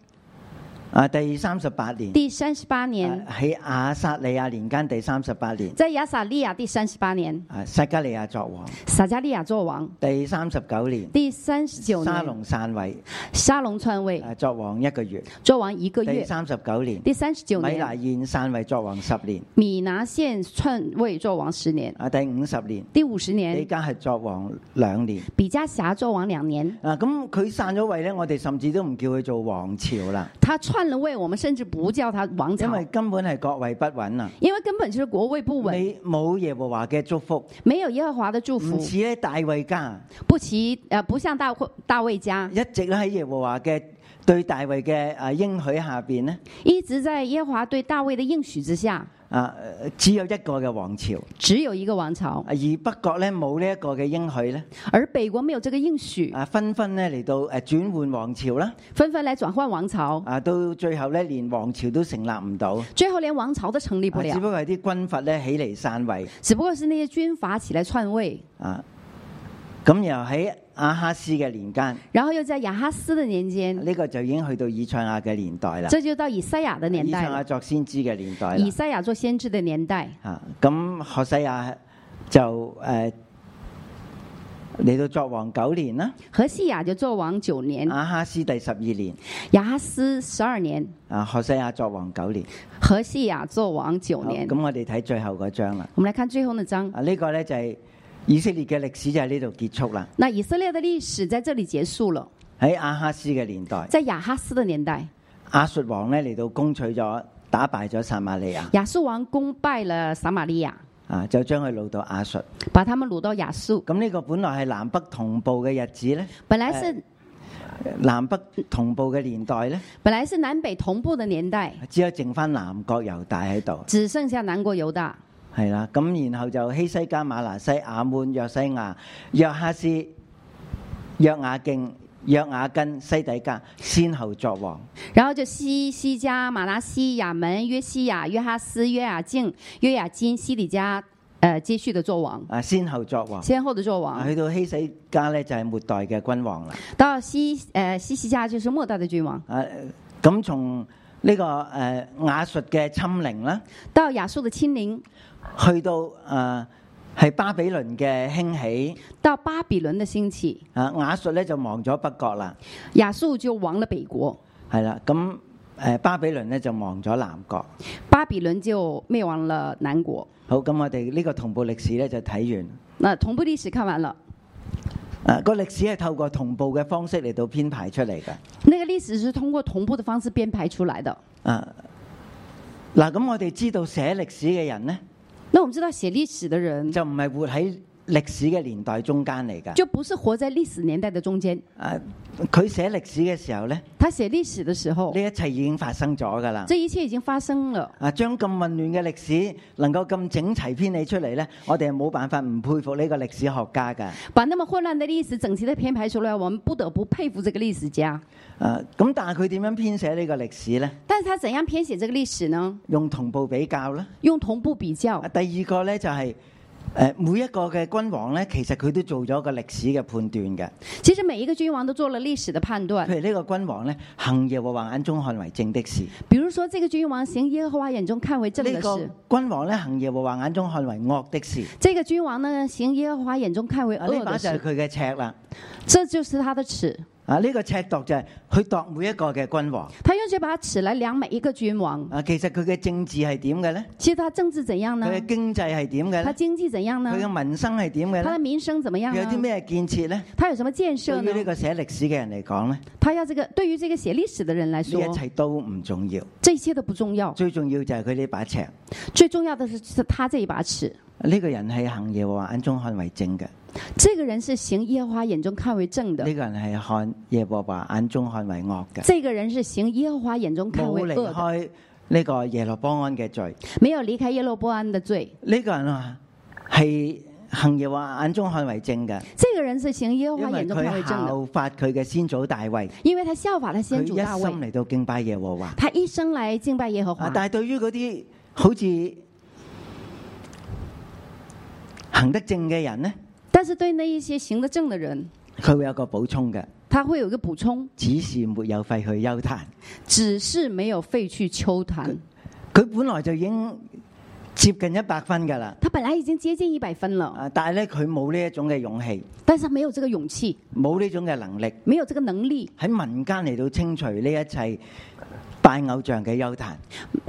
[SPEAKER 2] 啊第三十八年，
[SPEAKER 3] 第三十八
[SPEAKER 2] 啊
[SPEAKER 3] 年，
[SPEAKER 2] 喺亞撒利亞年間第三十八年，
[SPEAKER 3] 在亚撒利亚第三十八年，
[SPEAKER 2] 啊撒加利亞作王。
[SPEAKER 3] 撒加利亚作王。
[SPEAKER 2] 第三十九年，
[SPEAKER 3] 第三十九
[SPEAKER 2] 沙
[SPEAKER 3] 年，
[SPEAKER 2] 龍散位，
[SPEAKER 3] 沙龙篡位，
[SPEAKER 2] 啊作王一個月。
[SPEAKER 3] 作王一个
[SPEAKER 2] 第
[SPEAKER 3] 月。
[SPEAKER 2] 三十九年，
[SPEAKER 3] 第三十九
[SPEAKER 2] 米拿
[SPEAKER 3] 年，
[SPEAKER 2] 現散位作王十年。
[SPEAKER 3] 米拿现篡位作王十年。
[SPEAKER 2] 啊，第五十年，
[SPEAKER 3] 第五十
[SPEAKER 2] 李
[SPEAKER 3] 年，
[SPEAKER 2] 家係作王兩年。
[SPEAKER 3] 比加辖作王两年。
[SPEAKER 2] 啊，咁佢散咗位咧，我哋甚至都唔叫佢做王朝啦，
[SPEAKER 3] 他篡了位，我们甚至不叫他王朝
[SPEAKER 2] 因，為根本係國位不穩啊。
[SPEAKER 3] 因为根本就是国位不稳，
[SPEAKER 2] 你冇耶和華嘅祝福，
[SPEAKER 3] 没有耶和华的祝
[SPEAKER 2] 唔
[SPEAKER 3] 福，
[SPEAKER 2] 似咧大衛家，
[SPEAKER 3] 不其呃不像大卫大卫家，
[SPEAKER 2] 一直咧喺耶和華嘅對大衛嘅啊應許下邊咧，
[SPEAKER 3] 一直在耶和华对大卫的应许之下，
[SPEAKER 2] 啊呃只有一個嘅王朝，
[SPEAKER 3] 只有一个王朝
[SPEAKER 2] 啊，而北國咧冇呢一個嘅應許咧。
[SPEAKER 3] 而北国没有这个应许，
[SPEAKER 2] 啊，紛紛咧嚟到誒轉換王朝啦，
[SPEAKER 3] 纷纷来转换王朝，
[SPEAKER 2] 啊，到最後咧連王朝都成立唔到，啊
[SPEAKER 3] 最后连王朝都成立不
[SPEAKER 2] 只
[SPEAKER 3] 了
[SPEAKER 2] 不，過係啲軍閥咧起嚟散位
[SPEAKER 3] 只不过是那些军阀起来篡位，
[SPEAKER 2] 啊。咁又喺亞哈斯嘅年間，呢、
[SPEAKER 3] 然后又在亚哈斯的年间，
[SPEAKER 2] 個就已經去到以賽亞嘅年代啦，
[SPEAKER 3] 这就到以赛亚的年
[SPEAKER 2] 啊以
[SPEAKER 3] 代
[SPEAKER 2] 賽
[SPEAKER 3] 了
[SPEAKER 2] 亞作先知嘅年代
[SPEAKER 3] 以
[SPEAKER 2] 啦。
[SPEAKER 3] 赛亚做先知的年代，
[SPEAKER 2] 啊，咁何西亞就誒、呃嚟到作王九年啦，
[SPEAKER 3] 何西雅就做王九年，
[SPEAKER 2] 亞哈斯第十二年，
[SPEAKER 3] 亚哈斯十二年，
[SPEAKER 2] 啊何西亞作王九年。
[SPEAKER 3] 何西雅做王九
[SPEAKER 2] 好
[SPEAKER 3] 年。
[SPEAKER 2] 咁我哋睇最後嗰章啦。
[SPEAKER 3] 我们来看最后那章。
[SPEAKER 2] 啊，呢個呢就係以色列嘅歷史就喺呢度結束啦。
[SPEAKER 3] 那以色列的历史在这里结束了，
[SPEAKER 2] 喺亞哈斯嘅年代，
[SPEAKER 3] 在亚哈斯的年代，
[SPEAKER 2] 亞述王呢嚟到攻取咗、打敗咗撒瑪利亞，
[SPEAKER 3] 亚述王攻败了撒玛利亚，
[SPEAKER 2] 啊就將佢掳到亞述。
[SPEAKER 3] 把他们掳到亚述。
[SPEAKER 2] 咁呢個本來係南北同步嘅日子呢，
[SPEAKER 3] 本来是
[SPEAKER 2] 南北同步嘅年代呢，
[SPEAKER 3] 本来是南北同步的年代，
[SPEAKER 2] 只有剩翻南國猶大喺度。
[SPEAKER 3] 只剩下南国犹大。
[SPEAKER 2] 係啦，咁然後就希西家、馬拿西、亞滿、約西亞、約哈斯、約雅敬、約雅根、西底家先後作王。
[SPEAKER 3] 然后就西西加、马拉西、亚门、约西亚、约哈斯、约雅敬、约雅金、西底家，呃，接续的做王，
[SPEAKER 2] 啊，先後作王。
[SPEAKER 3] 先后的做王。
[SPEAKER 2] 去到希洗家咧就係末代嘅君王啦。
[SPEAKER 3] 到西呃西西家就是末代的君王，
[SPEAKER 2] 啊，咁從呢個誒亞述嘅侵凌啦，
[SPEAKER 3] 到亚述的亲临，
[SPEAKER 2] 去到誒係巴比倫嘅興起，
[SPEAKER 3] 到巴比倫的兴起，
[SPEAKER 2] 啊亞述咧就亡咗北國啦，
[SPEAKER 3] 亚述就亡了北国，
[SPEAKER 2] 係啦，咁誒巴比倫咧就亡咗南國。
[SPEAKER 3] 巴比倫就灭亡了南国。
[SPEAKER 2] 好，咁我哋呢個同步歷史咧就睇完。
[SPEAKER 3] 那同步历史看完了，
[SPEAKER 2] 啊，個歷史係透過同步嘅方式嚟到編排出嚟嘅。
[SPEAKER 3] 那个历史是通过同步的方式编排出来的。
[SPEAKER 2] 啊，嗱，咁我哋知道寫歷史嘅人呢，
[SPEAKER 3] 那我们知道写历史的人
[SPEAKER 2] 就唔係活喺歷史嘅年代中間嚟㗎。
[SPEAKER 3] 就不是活在历史年代的中间，
[SPEAKER 2] 啊，佢寫歷史嘅時候呢，
[SPEAKER 3] 他写历史的时候
[SPEAKER 2] 呢，一切已經發生咗㗎啦。
[SPEAKER 3] 这一切已经发生了。
[SPEAKER 2] 啊，將咁混亂嘅歷史能夠咁整齊編理出嚟呢，我哋係冇辦法唔佩服呢個歷史學家㗎。
[SPEAKER 3] 把那么混乱的历史整齐的编排出来，我们不得不佩服这个历史家。
[SPEAKER 2] 啊，咁但係佢點樣編寫呢個歷史呢？
[SPEAKER 3] 但是他怎样编写这个历史呢？
[SPEAKER 2] 用同步比較啦。
[SPEAKER 3] 用同步比较
[SPEAKER 2] 啊，。第二個呢，就係、誒每一個嘅君王呢，其實佢都做咗個歷史嘅判斷嘅。
[SPEAKER 3] 其实每一个君王都做了历史的判断，
[SPEAKER 2] 譬如呢個君王呢，行耶和華眼中看為正的事；
[SPEAKER 3] 比如说这个君王行耶和华眼中看为正
[SPEAKER 2] 呢
[SPEAKER 3] 的事，
[SPEAKER 2] 個君王呢，行耶和華眼中看為惡的事。
[SPEAKER 3] 这个君王呢行耶和华眼中看为
[SPEAKER 2] 啊，呢
[SPEAKER 3] 恶
[SPEAKER 2] 把
[SPEAKER 3] 的
[SPEAKER 2] 就係
[SPEAKER 3] 事，
[SPEAKER 2] 佢嘅尺啦。
[SPEAKER 3] 这就是他的尺。
[SPEAKER 2] 啊，呢、個尺度就係去度每一個嘅君王。
[SPEAKER 3] 他用这把尺来量每一个君王。
[SPEAKER 2] 啊，其實佢嘅政治係點嘅呢？
[SPEAKER 3] 其实他政治怎样呢
[SPEAKER 2] 佢？嘅經濟係點嘅
[SPEAKER 3] 他
[SPEAKER 2] 呢？
[SPEAKER 3] 经济怎样呢
[SPEAKER 2] 佢？嘅民生係點嘅
[SPEAKER 3] 他
[SPEAKER 2] 呢？
[SPEAKER 3] 的民生怎么样
[SPEAKER 2] 佢有啲
[SPEAKER 3] 呢？
[SPEAKER 2] 咩建設呢？
[SPEAKER 3] 他有什么建设
[SPEAKER 2] 對
[SPEAKER 3] 呢
[SPEAKER 2] 於？呢個寫歷史嘅人嚟講呢，呢
[SPEAKER 3] 他要这个对于这个写历史的人来说，
[SPEAKER 2] 一切都唔重要，
[SPEAKER 3] 这一切都不重要，
[SPEAKER 2] 最重要就係佢呢把尺。呢、
[SPEAKER 3] 最重要的是是他这一把尺。
[SPEAKER 2] 個人係行耶和華眼中看為正嘅，呢、
[SPEAKER 3] 这个人是行耶和华眼中看为正的，
[SPEAKER 2] 個人係看耶和華眼中看為惡嘅，
[SPEAKER 3] 这个人是行耶和华眼中看
[SPEAKER 2] 冇
[SPEAKER 3] 为
[SPEAKER 2] 離
[SPEAKER 3] 恶的，
[SPEAKER 2] 開呢個耶羅波安嘅罪。
[SPEAKER 3] 没有离开耶罗波安的罪。
[SPEAKER 2] 呢、個人啊係行耶和華眼中看為正嘅，
[SPEAKER 3] 这个人是行耶和
[SPEAKER 2] 因
[SPEAKER 3] 华
[SPEAKER 2] 為
[SPEAKER 3] 眼中看为
[SPEAKER 2] 佢
[SPEAKER 3] 正的，
[SPEAKER 2] 效法佢嘅先祖大衛。
[SPEAKER 3] 因为他效法他
[SPEAKER 2] 佢
[SPEAKER 3] 先
[SPEAKER 2] 一
[SPEAKER 3] 祖
[SPEAKER 2] 心
[SPEAKER 3] 大卫，
[SPEAKER 2] 嚟到敬拜耶和華。
[SPEAKER 3] 他一生来敬拜耶和
[SPEAKER 2] 啊
[SPEAKER 3] 华。
[SPEAKER 2] 但係對於嗰啲好似行得正嘅人呢，
[SPEAKER 3] 但是对那一些行得正的人，
[SPEAKER 2] 佢會有個補充嘅，
[SPEAKER 3] 他会有一个补充，
[SPEAKER 2] 只是沒有廢去休談。
[SPEAKER 3] 只是没有废去秋坛。
[SPEAKER 2] 佢本來就已經接近一百分㗎啦，
[SPEAKER 3] 他本来已经接近一百分了，
[SPEAKER 2] 啊！但係咧佢冇呢一種嘅勇氣，
[SPEAKER 3] 但是他没有这个勇气，
[SPEAKER 2] 冇呢種嘅能力
[SPEAKER 3] 没有这个能力，
[SPEAKER 2] 喺民間嚟到清除呢一切拜偶像嘅休談。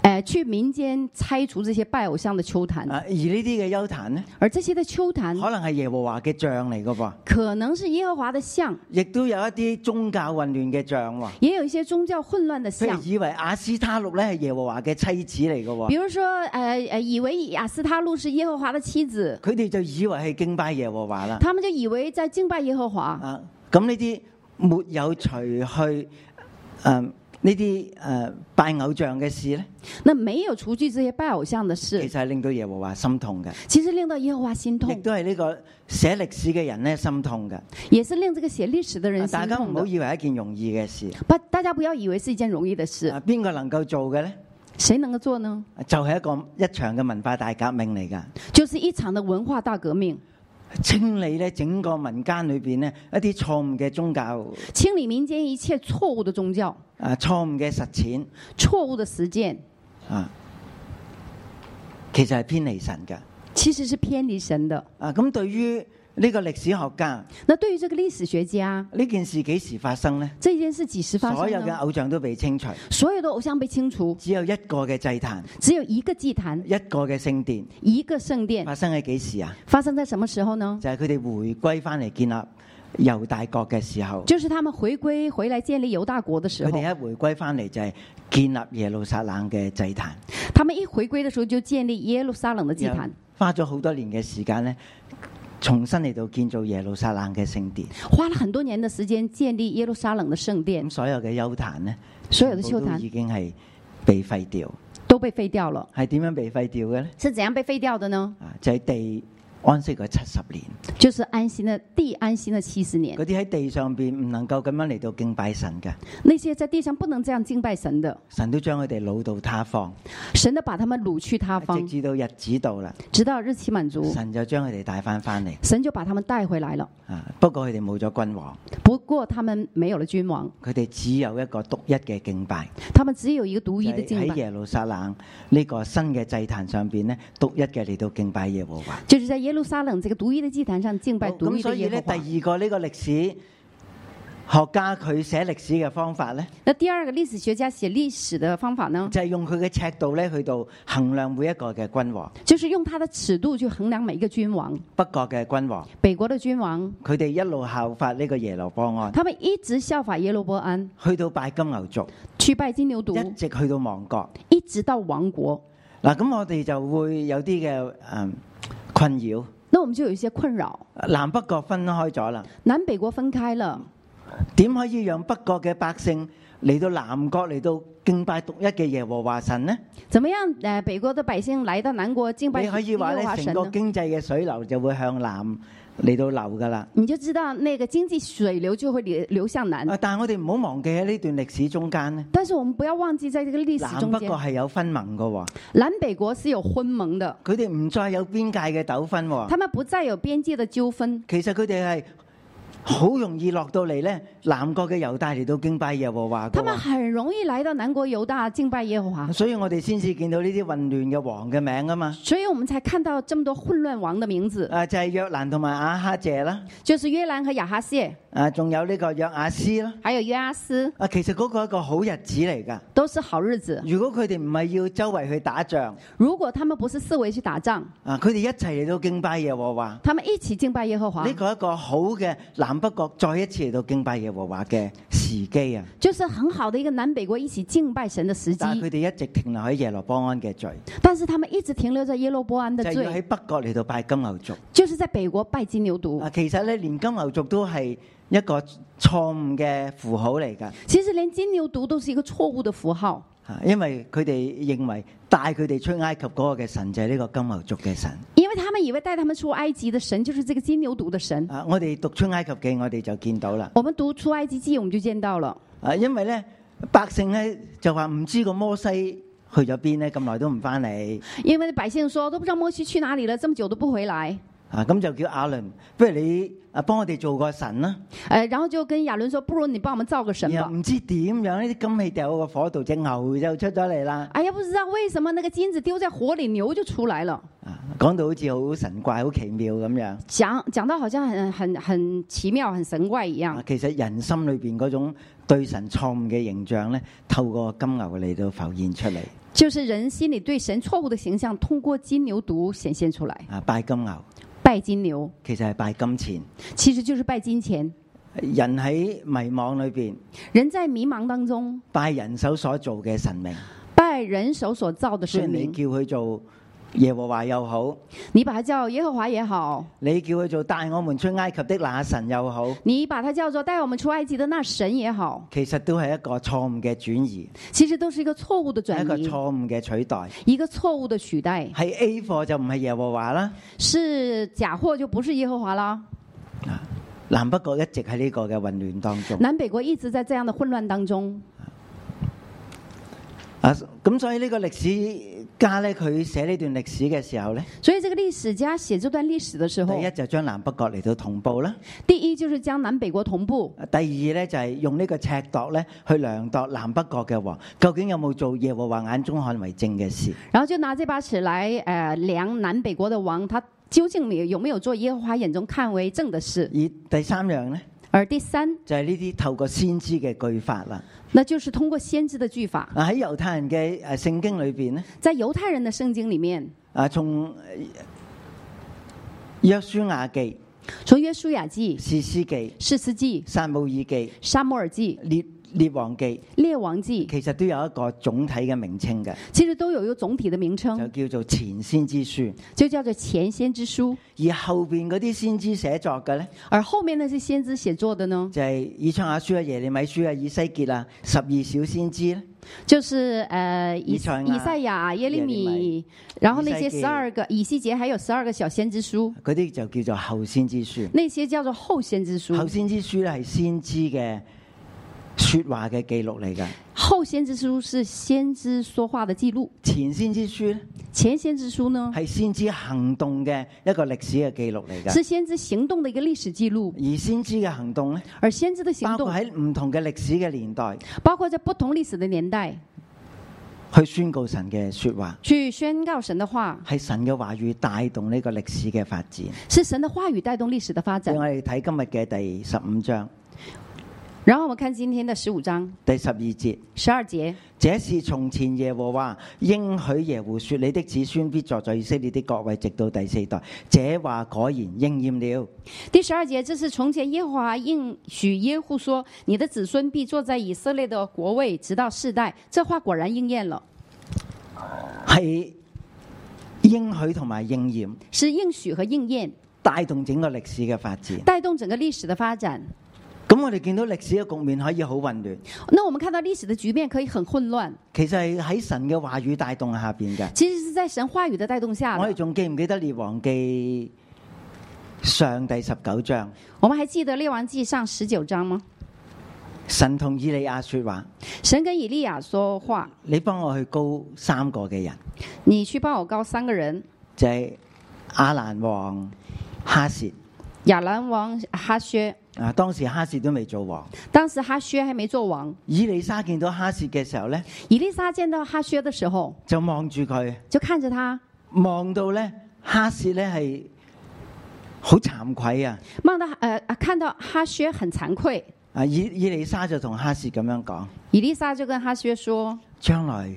[SPEAKER 3] 呃，去民间拆除这些拜偶像的秋坛。
[SPEAKER 2] 啊！而呢啲嘅休談呢，
[SPEAKER 3] 而这些的秋坛
[SPEAKER 2] 可能係耶和華嘅像嚟㗎噃，
[SPEAKER 3] 可能是耶和华的像，
[SPEAKER 2] 亦都有一啲宗教混亂嘅像喎。
[SPEAKER 3] 也有一些宗教混乱的
[SPEAKER 2] 佢哋
[SPEAKER 3] 像，
[SPEAKER 2] 以為亞斯他錄咧係耶和華嘅妻子嚟嘅
[SPEAKER 3] 比
[SPEAKER 2] 喎，
[SPEAKER 3] 如说，呃呃，以为亚斯他路是耶和华的妻子，
[SPEAKER 2] 佢哋就以為係敬拜耶和華啦。
[SPEAKER 3] 他们就以为在敬拜耶和华。
[SPEAKER 2] 啊，咁呢啲沒有除去誒呢啲誒拜偶像嘅事咧，
[SPEAKER 3] 那没有除去这些拜偶像的
[SPEAKER 2] 其
[SPEAKER 3] 事
[SPEAKER 2] 實，係令到耶和華心痛嘅，
[SPEAKER 3] 其實令到耶和华心
[SPEAKER 2] 亦
[SPEAKER 3] 痛，
[SPEAKER 2] 都係呢個寫歷史嘅人咧心痛嘅。
[SPEAKER 3] 也是令这个写历史的人心
[SPEAKER 2] 啊大家唔
[SPEAKER 3] 痛
[SPEAKER 2] 好
[SPEAKER 3] 的。
[SPEAKER 2] 以為係一件容易嘅事，
[SPEAKER 3] 不，大家不要以为是一件容易的事，
[SPEAKER 2] 啊邊個能夠做嘅咧？
[SPEAKER 3] 谁能够做呢？
[SPEAKER 2] 就係一個一場嘅文化大革命嚟㗎，
[SPEAKER 3] 就是一场的文化大革命，
[SPEAKER 2] 清理咧整個民間裏邊咧一啲錯誤嘅宗教、
[SPEAKER 3] 清理民间一切错误的宗教、
[SPEAKER 2] 啊錯誤嘅實踐。
[SPEAKER 3] 错误的实践，
[SPEAKER 2] 啊，其實係偏離神嘅。
[SPEAKER 3] 其实是偏离神的。
[SPEAKER 2] 啊，咁對於呢個歷史學家
[SPEAKER 3] 那对于这个历史学家，
[SPEAKER 2] 呢件事幾時發生呢？
[SPEAKER 3] 这件事几时发
[SPEAKER 2] 所
[SPEAKER 3] 生
[SPEAKER 2] 有嘅
[SPEAKER 3] 呢？
[SPEAKER 2] 偶像都被清除，
[SPEAKER 3] 所有的偶像被清除，
[SPEAKER 2] 只有一個嘅祭壇，
[SPEAKER 3] 只有一个祭坛，
[SPEAKER 2] 一個嘅聖殿，
[SPEAKER 3] 一个圣殿。
[SPEAKER 2] 發生喺幾時啊？
[SPEAKER 3] 发生在什么时候呢？
[SPEAKER 2] 就係佢哋回歸翻嚟建立猶大國嘅時候，
[SPEAKER 3] 就是他们回归回来建立犹大国的时
[SPEAKER 2] 佢
[SPEAKER 3] 候，
[SPEAKER 2] 哋一回歸翻嚟就係建立耶路撒冷嘅祭壇。
[SPEAKER 3] 他们一回归的时候就建立耶路撒冷的祭坛，
[SPEAKER 2] 花咗好多年嘅時間咧，重新嚟到建造耶路撒冷嘅聖殿。
[SPEAKER 3] 花了很多年的时间建立耶路撒冷的圣殿
[SPEAKER 2] 咁，所有嘅丘壇咧，
[SPEAKER 3] 所有的
[SPEAKER 2] 全部都
[SPEAKER 3] 丘坛
[SPEAKER 2] 已經係被廢掉。
[SPEAKER 3] 都被废掉了。
[SPEAKER 2] 係點樣被廢掉嘅咧？
[SPEAKER 3] 是怎样被废掉的呢？
[SPEAKER 2] 啊，就係地安息咗七十年，
[SPEAKER 3] 就是安息的地安息了七十年
[SPEAKER 2] 嗰，啲喺地上邊唔能夠咁樣嚟到敬拜神嘅，
[SPEAKER 3] 那些在地上不能这样敬拜神的，
[SPEAKER 2] 神都將佢哋老到他方，
[SPEAKER 3] 神的把他们掳去他
[SPEAKER 2] 直
[SPEAKER 3] 方，
[SPEAKER 2] 至到日子到啦，
[SPEAKER 3] 直到日期满足，
[SPEAKER 2] 神就將佢哋帶翻翻嚟。
[SPEAKER 3] 神就把他们带回来了。
[SPEAKER 2] 啊，不過佢哋冇咗君王，
[SPEAKER 3] 不过他们没有了君王，
[SPEAKER 2] 佢哋只有一個獨一嘅敬拜，
[SPEAKER 3] 他们只有一个独一
[SPEAKER 2] 就
[SPEAKER 3] 的
[SPEAKER 2] 係
[SPEAKER 3] 敬
[SPEAKER 2] 喺
[SPEAKER 3] 拜，
[SPEAKER 2] 耶路撒冷呢個新嘅祭壇上邊咧，獨一嘅嚟到敬拜耶和華。
[SPEAKER 3] 就是在耶路撒冷这个独一的祭坛上敬拜
[SPEAKER 2] 好
[SPEAKER 3] 独
[SPEAKER 2] 哦咁
[SPEAKER 3] 一
[SPEAKER 2] 所
[SPEAKER 3] 的
[SPEAKER 2] 以
[SPEAKER 3] 耶和
[SPEAKER 2] 咧，第
[SPEAKER 3] 华。
[SPEAKER 2] 二個呢個歷史學家佢寫歷史嘅方法咧，
[SPEAKER 3] 那第二个历史学家写历史的方法呢，
[SPEAKER 2] 就係用佢嘅尺度咧去到衡量每一個嘅君王，
[SPEAKER 3] 就是用他的尺度去衡量每一个君王。
[SPEAKER 2] 北國嘅君王，
[SPEAKER 3] 北国的君王，
[SPEAKER 2] 佢哋一路效法呢個耶羅波安，
[SPEAKER 3] 他们一直效法耶罗波安，
[SPEAKER 2] 去到拜金牛族，
[SPEAKER 3] 去拜金牛
[SPEAKER 2] 一
[SPEAKER 3] 犊，
[SPEAKER 2] 直去到亡國。
[SPEAKER 3] 一直到亡国。
[SPEAKER 2] 嗱，咁我哋就會有啲嘅誒困擾。
[SPEAKER 3] 那我们就有一些困扰，
[SPEAKER 2] 南北國分開咗啦，
[SPEAKER 3] 南北国分開了，
[SPEAKER 2] 點可以讓北國嘅百姓嚟到南國嚟到敬拜獨一嘅耶和華神呢？
[SPEAKER 3] 怎么样？呃，北国的百姓来到南国敬拜
[SPEAKER 2] 你可以
[SPEAKER 3] 耶
[SPEAKER 2] 話
[SPEAKER 3] 和
[SPEAKER 2] 咧
[SPEAKER 3] 华，
[SPEAKER 2] 成
[SPEAKER 3] 神
[SPEAKER 2] 個
[SPEAKER 3] 呢？
[SPEAKER 2] 經濟嘅水流就會向南嚟到流噶啦。
[SPEAKER 3] 你就知道那个经济水流就会流流向南。
[SPEAKER 2] 啊！但係我哋唔好忘記喺呢段歷史中間咧，
[SPEAKER 3] 但是我们不要忘記，在这个歷史
[SPEAKER 2] 南
[SPEAKER 3] 中
[SPEAKER 2] 北
[SPEAKER 3] 间
[SPEAKER 2] 國，係有分盟噶喎，
[SPEAKER 3] 南北国是有婚盟的，
[SPEAKER 2] 佢哋唔再有邊界嘅糾紛喎。
[SPEAKER 3] 他们不再有边界的纠纷。
[SPEAKER 2] 其實佢哋係好容易落到嚟咧，南國嘅猶大嚟到敬拜耶和華
[SPEAKER 3] 他
[SPEAKER 2] 㗎
[SPEAKER 3] 们
[SPEAKER 2] 喎。
[SPEAKER 3] 很容易来到南国犹大敬拜耶和华，
[SPEAKER 2] 所以我哋先至見到呢啲混亂嘅王嘅名啊嘛。
[SPEAKER 3] 所以我们才看到这么多混乱王的名字，
[SPEAKER 2] 啊，就係約蘭同埋亞哈謝啦，
[SPEAKER 3] 就是约兰和亚哈谢，
[SPEAKER 2] 啊，仲有呢個約亞斯啦。
[SPEAKER 3] 还有约阿斯，
[SPEAKER 2] 啊，其實嗰個係一個好日子嚟㗎。
[SPEAKER 3] 都是好日子。
[SPEAKER 2] 如果佢哋唔係要周圍去打仗，
[SPEAKER 3] 如果他们不是四围去打仗，
[SPEAKER 2] 啊，佢哋一齊嚟到敬拜耶和華，
[SPEAKER 3] 他们一起敬拜耶和华
[SPEAKER 2] 呢，個一個好嘅南北國再一次嚟到敬拜耶和華嘅時機啊！
[SPEAKER 3] 就是很好的一个南北国一起敬拜神的时机
[SPEAKER 2] 但。係佢哋一直停留喺耶羅波安嘅罪，
[SPEAKER 3] 但是他们一直停留在耶罗波安的
[SPEAKER 2] 就係要
[SPEAKER 3] 罪，
[SPEAKER 2] 喺北國嚟到拜金牛族。
[SPEAKER 3] 就是在北国拜金牛犊
[SPEAKER 2] 啊，。其實咧，連金牛族都係一個錯誤嘅符號嚟㗎，
[SPEAKER 3] 其实连金牛犊都是一个错误的符号，
[SPEAKER 2] 啊因為佢哋認為帶佢哋出埃及嗰個嘅神就係呢個金牛族嘅神。
[SPEAKER 3] 因为他们以为带他们出埃及的神就是这个金牛犊的神。
[SPEAKER 2] 啊，我哋讀出埃及記，我哋就見到啦。
[SPEAKER 3] 我们读出埃及记，我们就见到了。
[SPEAKER 2] 啊，因為咧百姓咧就話唔知個摩西去咗邊咧，咁耐都唔翻嚟。
[SPEAKER 3] 因为百姓说都不知道摩西去哪里了，这么久都不回来。
[SPEAKER 2] 啊，咁就叫亞倫，不如你啊幫我哋做個神啦。
[SPEAKER 3] 呃，然后就跟亚伦说：“不如你帮我们造个神
[SPEAKER 2] 然
[SPEAKER 3] 吧
[SPEAKER 2] 後。唔知點樣呢啲金器掉喺個火度，只牛就出咗嚟啦。”
[SPEAKER 3] 哎呀，不知道为什么那个金子丢在火里，牛就出来了。
[SPEAKER 2] 啊，講到好似好神怪、好奇妙咁樣。
[SPEAKER 3] 讲讲到好像很很很奇妙、很神怪一样
[SPEAKER 2] 啊。，其實人心裏邊嗰種對神錯誤嘅形象咧，透過金牛嚟到浮現出嚟。
[SPEAKER 3] 就是人心里对神错误的形象，通过金牛犊显现出来。
[SPEAKER 2] 啊，拜金牛
[SPEAKER 3] 拜金牛
[SPEAKER 2] 其實係拜金錢。
[SPEAKER 3] 其实就是拜金钱。
[SPEAKER 2] 人喺迷惘裏邊
[SPEAKER 3] 人在迷茫当中
[SPEAKER 2] 拜人手所做嘅神明，
[SPEAKER 3] 拜人手所造的
[SPEAKER 2] 雖
[SPEAKER 3] 神
[SPEAKER 2] 然你
[SPEAKER 3] 明，
[SPEAKER 2] 叫佢做耶和華又好，
[SPEAKER 3] 你把它叫耶和华也好，
[SPEAKER 2] 你叫佢做帶我們出埃及的那神又好，
[SPEAKER 3] 你把它叫做带我们出埃及的那神也好，
[SPEAKER 2] 其實都係一個錯誤嘅轉移，
[SPEAKER 3] 其实都是一个错误的
[SPEAKER 2] 係
[SPEAKER 3] 转
[SPEAKER 2] 一個
[SPEAKER 3] 移
[SPEAKER 2] 錯，誤嘅取代。
[SPEAKER 3] 一个错误的取代，
[SPEAKER 2] 係 A 貨就唔係耶和華啦。
[SPEAKER 3] 是假货就不是耶和华啦。
[SPEAKER 2] 南北國一直喺呢個嘅混亂當中。
[SPEAKER 3] 南北国一直在这样的混乱当中，
[SPEAKER 2] 啊，咁所以呢個歷史家咧，佢寫呢段歷史嘅時候咧，
[SPEAKER 3] 所以这个历史家写这段历史的时候
[SPEAKER 2] 第一，就將南北國嚟到同步啦，
[SPEAKER 3] 第一就是将南北国同步，
[SPEAKER 2] 第二咧就係用呢個尺度咧去量度南北國嘅王究竟有冇做耶和華眼中看為正嘅事。
[SPEAKER 3] 然后就拿这把尺来呃量南北国的王他究竟有有没有做耶和华眼中看为正的事？
[SPEAKER 2] 而第三樣呢，
[SPEAKER 3] 而第三，
[SPEAKER 2] 就係呢啲透過先知嘅句法啦。
[SPEAKER 3] 那就是通过先知的句法，
[SPEAKER 2] 嗱喺猶太人嘅誒聖經裏邊呢，
[SPEAKER 3] 在犹太人的圣经里面，
[SPEAKER 2] 啊從呃約書亞記、
[SPEAKER 3] 从约书亚记、
[SPEAKER 2] 士師記、
[SPEAKER 3] 士师记、
[SPEAKER 2] 撒母耳記、
[SPEAKER 3] 沙漠耳记、
[SPEAKER 2] 列列王記，
[SPEAKER 3] 列王记，
[SPEAKER 2] 其實都有一個總體嘅名稱嘅，
[SPEAKER 3] 其实都有一个总体的名称，
[SPEAKER 2] 就叫做前先知書。
[SPEAKER 3] 就叫做前先知书。
[SPEAKER 2] 而後邊嗰啲先知寫作嘅呢，
[SPEAKER 3] 而後面那些先知寫作的呢，
[SPEAKER 2] 就係、以賽亞書啊、耶利米書啊、以西結啊、十二小先知咧。
[SPEAKER 3] 就是呃以
[SPEAKER 2] 以賽亞
[SPEAKER 3] 以赛亚、耶
[SPEAKER 2] 啊
[SPEAKER 3] 利
[SPEAKER 2] 耶利
[SPEAKER 3] 米
[SPEAKER 2] 米，
[SPEAKER 3] 然后那些
[SPEAKER 2] 以赛
[SPEAKER 3] 十
[SPEAKER 2] 记
[SPEAKER 3] 二个以西结，还有十二个小先知书，
[SPEAKER 2] 嗰啲就叫做後先知書。
[SPEAKER 3] 那些叫做后先知书。
[SPEAKER 2] 後先知書咧係先知嘅说話嘅記錄嚟㗎。
[SPEAKER 3] 后先知书是先知说话的记录，
[SPEAKER 2] 前先知書咧
[SPEAKER 3] 前先知书呢
[SPEAKER 2] 係先知行動嘅一個歷史嘅記錄嚟㗎。
[SPEAKER 3] 是先知行动的一个历史记录，
[SPEAKER 2] 而先知嘅行動咧，
[SPEAKER 3] 而先知的行
[SPEAKER 2] 包
[SPEAKER 3] 动
[SPEAKER 2] 括喺唔同嘅歷史嘅年代
[SPEAKER 3] 包括在不同历史的年代
[SPEAKER 2] 去宣告神嘅说話，
[SPEAKER 3] 去宣告神的话，
[SPEAKER 2] 係神嘅話語帶動呢個歷史嘅發展。
[SPEAKER 3] 是神的话语带动历史的发展
[SPEAKER 2] 我。哋睇今日嘅第十五章
[SPEAKER 3] 然后我们看今天的十五章
[SPEAKER 2] 第十二節。
[SPEAKER 3] 十二节，
[SPEAKER 2] 這是從前耶和華應許耶胡說：你的子孫必坐在以色列的國位，直到第四代。這話果然應驗了。
[SPEAKER 3] 第十二节，这是从前耶和华应许耶户说：“你的子孙必坐在以色列的国位，直到世代。”这话果然应验了，
[SPEAKER 2] 係應許同埋應驗，
[SPEAKER 3] 是应许和应验，
[SPEAKER 2] 帶動整個歷史嘅發展。
[SPEAKER 3] 带動整個歷史的发展。
[SPEAKER 2] 咁我哋見到歷史嘅局面可以好混亂，
[SPEAKER 3] 那我们看到歷史的局面可以很混亂，
[SPEAKER 2] 其實係喺神嘅話語帶動下邊嘅。
[SPEAKER 3] 其實是在神話語的帶動下
[SPEAKER 2] 我哋
[SPEAKER 3] 的。
[SPEAKER 2] 仲記唔記得列王記上第十九章？
[SPEAKER 3] 我们还记得《列王记上》十九章吗？
[SPEAKER 2] 神同以利亞說話：
[SPEAKER 3] 神跟以利亚说话
[SPEAKER 2] 你幫我去高三個嘅人。：“
[SPEAKER 3] 你去帮我高三个人，
[SPEAKER 2] 就係亞蘭王哈薛
[SPEAKER 3] 亚兰王哈薛。
[SPEAKER 2] 啊，當時哈薛都未做王。”
[SPEAKER 3] 当时哈薛还没做王，
[SPEAKER 2] 以利沙見到哈薛嘅時候咧，
[SPEAKER 3] 以利沙见到哈薛的时候，
[SPEAKER 2] 就望住佢，
[SPEAKER 3] 就看着他，
[SPEAKER 2] 望到咧哈薛咧係好慚愧啊！
[SPEAKER 3] 望到呃看到哈薛很惭愧，
[SPEAKER 2] 啊，以以利沙就同哈薛咁樣講：
[SPEAKER 3] 以利沙就跟哈薛说
[SPEAKER 2] 將來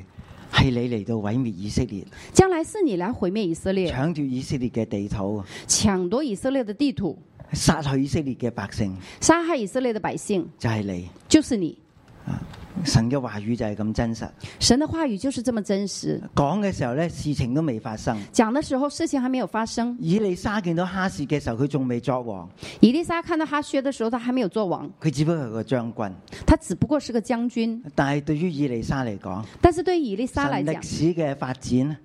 [SPEAKER 2] 係你嚟到毀滅以色列，：“
[SPEAKER 3] 将来是你来毁灭以色列，
[SPEAKER 2] 搶奪以色列嘅地土，
[SPEAKER 3] 抢夺以色列的地土，
[SPEAKER 2] 殺去以色列嘅百姓，
[SPEAKER 3] 杀害以色列的百姓，
[SPEAKER 2] 就係你。
[SPEAKER 3] 就是你。
[SPEAKER 2] 神嘅話語就係咁真實。”
[SPEAKER 3] 神的话语就是这么真实。
[SPEAKER 2] 講嘅時候咧，事情都未發生。
[SPEAKER 3] 讲的时候，事情还没有发生。
[SPEAKER 2] 以利沙見到哈薛嘅時候，佢仲未作王，
[SPEAKER 3] 以利沙看到哈薛的时候，他还没有做王，
[SPEAKER 2] 佢只不過係個將軍。
[SPEAKER 3] 他只不过是个将军。
[SPEAKER 2] 但係對於以利沙嚟講，
[SPEAKER 3] 但是对以利
[SPEAKER 2] 神
[SPEAKER 3] 沙来
[SPEAKER 2] 歷
[SPEAKER 3] 讲，
[SPEAKER 2] 史嘅發展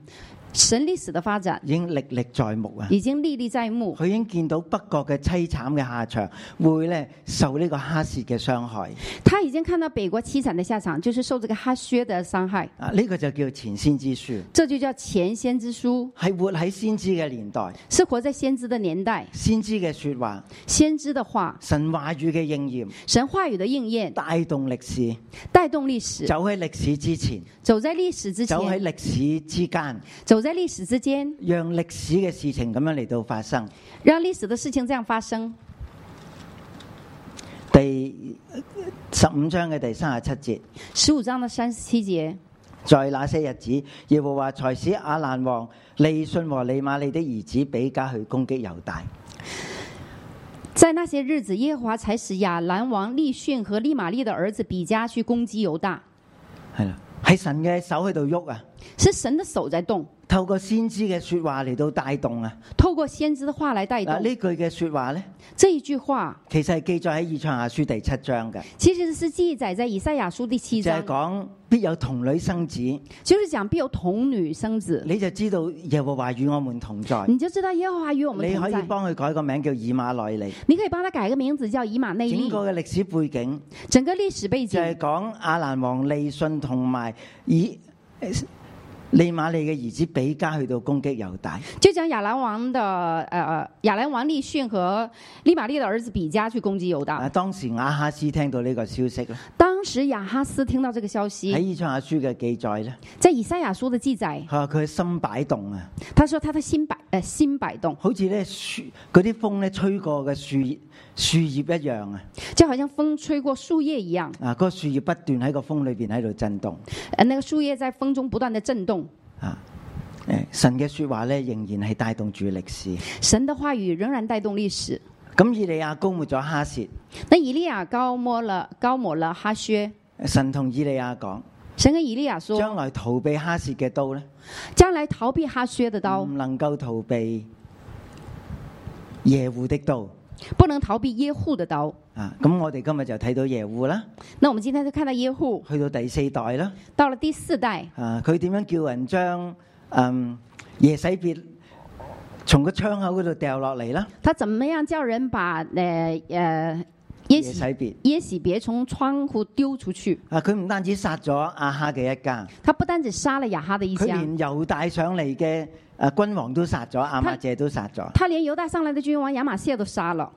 [SPEAKER 3] 神历史的发展
[SPEAKER 2] 已經歷歷在目啊！
[SPEAKER 3] 已經歷歷在目。
[SPEAKER 2] 佢已經見到北國嘅凄慘嘅下場，會咧受呢個哈薛嘅傷害
[SPEAKER 3] 他已经看到北国凄惨的下场，就是受这个哈薛的伤害。
[SPEAKER 2] 啊！呢、個就叫前先知書，
[SPEAKER 3] 这就叫前先知书，
[SPEAKER 2] 係活喺先知嘅年代，
[SPEAKER 3] 是活在先知的年代，
[SPEAKER 2] 先知嘅说話、
[SPEAKER 3] 先知的话，
[SPEAKER 2] 神話語嘅應驗，
[SPEAKER 3] 神话语的应验，
[SPEAKER 2] 帶動歷史，
[SPEAKER 3] 带动历史。
[SPEAKER 2] 走喺歷史之前，
[SPEAKER 3] 走在历史之
[SPEAKER 2] 走喺
[SPEAKER 3] 前，
[SPEAKER 2] 歷史之間，
[SPEAKER 3] 走在历史之间，
[SPEAKER 2] 讓歷史嘅事情咁樣嚟到發生。
[SPEAKER 3] 让历史的事情这样发生。
[SPEAKER 2] 第十五章嘅第三十七節。
[SPEAKER 3] 十五章的三十七节，
[SPEAKER 2] 在那些日子，耶和華才使亞蘭王利信和利瑪利的兒子比加去攻擊猶大。
[SPEAKER 3] 在那些日子，耶和华才使亚兰王利逊和利玛利的儿子比加去攻击犹大，
[SPEAKER 2] 係啦，係神嘅手喺度喐啊，
[SPEAKER 3] 是神的手在动，
[SPEAKER 2] 透過先知嘅说話嚟到帶動啊。
[SPEAKER 3] 透过先知的话来带
[SPEAKER 2] 嗱，
[SPEAKER 3] 动。
[SPEAKER 2] 呢句嘅说話呢，
[SPEAKER 3] 这一句话
[SPEAKER 2] 其實係記載喺以賽亞書第七章嘅，
[SPEAKER 3] 其实是记载在以赛亚书第七
[SPEAKER 2] 就係
[SPEAKER 3] 章，
[SPEAKER 2] 講必有童女生子，
[SPEAKER 3] 就是讲必有童女生子，
[SPEAKER 2] 你就知道耶和華與我們同在。
[SPEAKER 3] 你就知道耶和华与嗯我们
[SPEAKER 2] 你可
[SPEAKER 3] 同
[SPEAKER 2] 以
[SPEAKER 3] 在。
[SPEAKER 2] 幫佢改個名叫以馬內利。
[SPEAKER 3] 你可以帮他改个名字叫以马内
[SPEAKER 2] 整
[SPEAKER 3] 利。
[SPEAKER 2] 個嘅歷史背景
[SPEAKER 3] 整个历史背
[SPEAKER 2] 就
[SPEAKER 3] 景
[SPEAKER 2] 係講亞蘭王利信同埋以利瑪利嘅兒子比加去到攻擊猶大。
[SPEAKER 3] 就讲亚兰王的呃亚兰王利逊和利玛利的儿子比加去攻击犹大。
[SPEAKER 2] 啊啊，當時亞哈斯聽到呢個消息咧，
[SPEAKER 3] 当当时亚哈斯听到这个消
[SPEAKER 2] 喺
[SPEAKER 3] 息，
[SPEAKER 2] 以賽亞書嘅記載咧，
[SPEAKER 3] 在以赛亚书的记载，
[SPEAKER 2] 佢話佢心擺動啊，
[SPEAKER 3] 他说他的心摆呃心摆动，
[SPEAKER 2] 好似咧樹嗰啲風咧吹過嘅樹樹葉一樣啊，
[SPEAKER 3] 就好像風吹过树叶一样，
[SPEAKER 2] 啊，嗰、個樹葉不斷喺個風裏邊喺度震動
[SPEAKER 3] 呃，那个树叶在风中不断的震动。
[SPEAKER 2] 啊。誒，神嘅説話咧仍然係帶動住歷史。
[SPEAKER 3] 神的話語仍然帶動歷史。
[SPEAKER 2] 咁以利亞高抹咗哈薛，
[SPEAKER 3] 那以利亞高摸了高抹了哈薛，
[SPEAKER 2] 神同以利亞講：
[SPEAKER 3] 神跟以利亞說，
[SPEAKER 2] 將來逃避哈薛嘅刀咧，
[SPEAKER 3] 將來逃避哈薛的刀，
[SPEAKER 2] 唔能夠逃避耶户的刀
[SPEAKER 3] 不能逃避耶户的刀。
[SPEAKER 2] 啊！咁我哋今日就睇到耶户啦，
[SPEAKER 3] 那我们今天就看到耶户
[SPEAKER 2] 去到第四代啦。
[SPEAKER 3] 到了第四代，
[SPEAKER 2] 啊，佢點樣叫人將嗯耶洗別從個窗口嗰度掉落嚟啦？
[SPEAKER 3] 他怎么樣叫人把呃呃耶
[SPEAKER 2] 洗
[SPEAKER 3] 洗
[SPEAKER 2] 別
[SPEAKER 3] 耶洗別从窗户丢出去？
[SPEAKER 2] 啊，佢唔單止殺咗阿哈嘅一家，
[SPEAKER 3] 他不單只殺了亞哈的一
[SPEAKER 2] 佢
[SPEAKER 3] 家，
[SPEAKER 2] 連猶大上嚟嘅啊君王都殺咗，阿瑪謝都殺咗。
[SPEAKER 3] 他連猶大上來的君王亞瑪謝都殺了。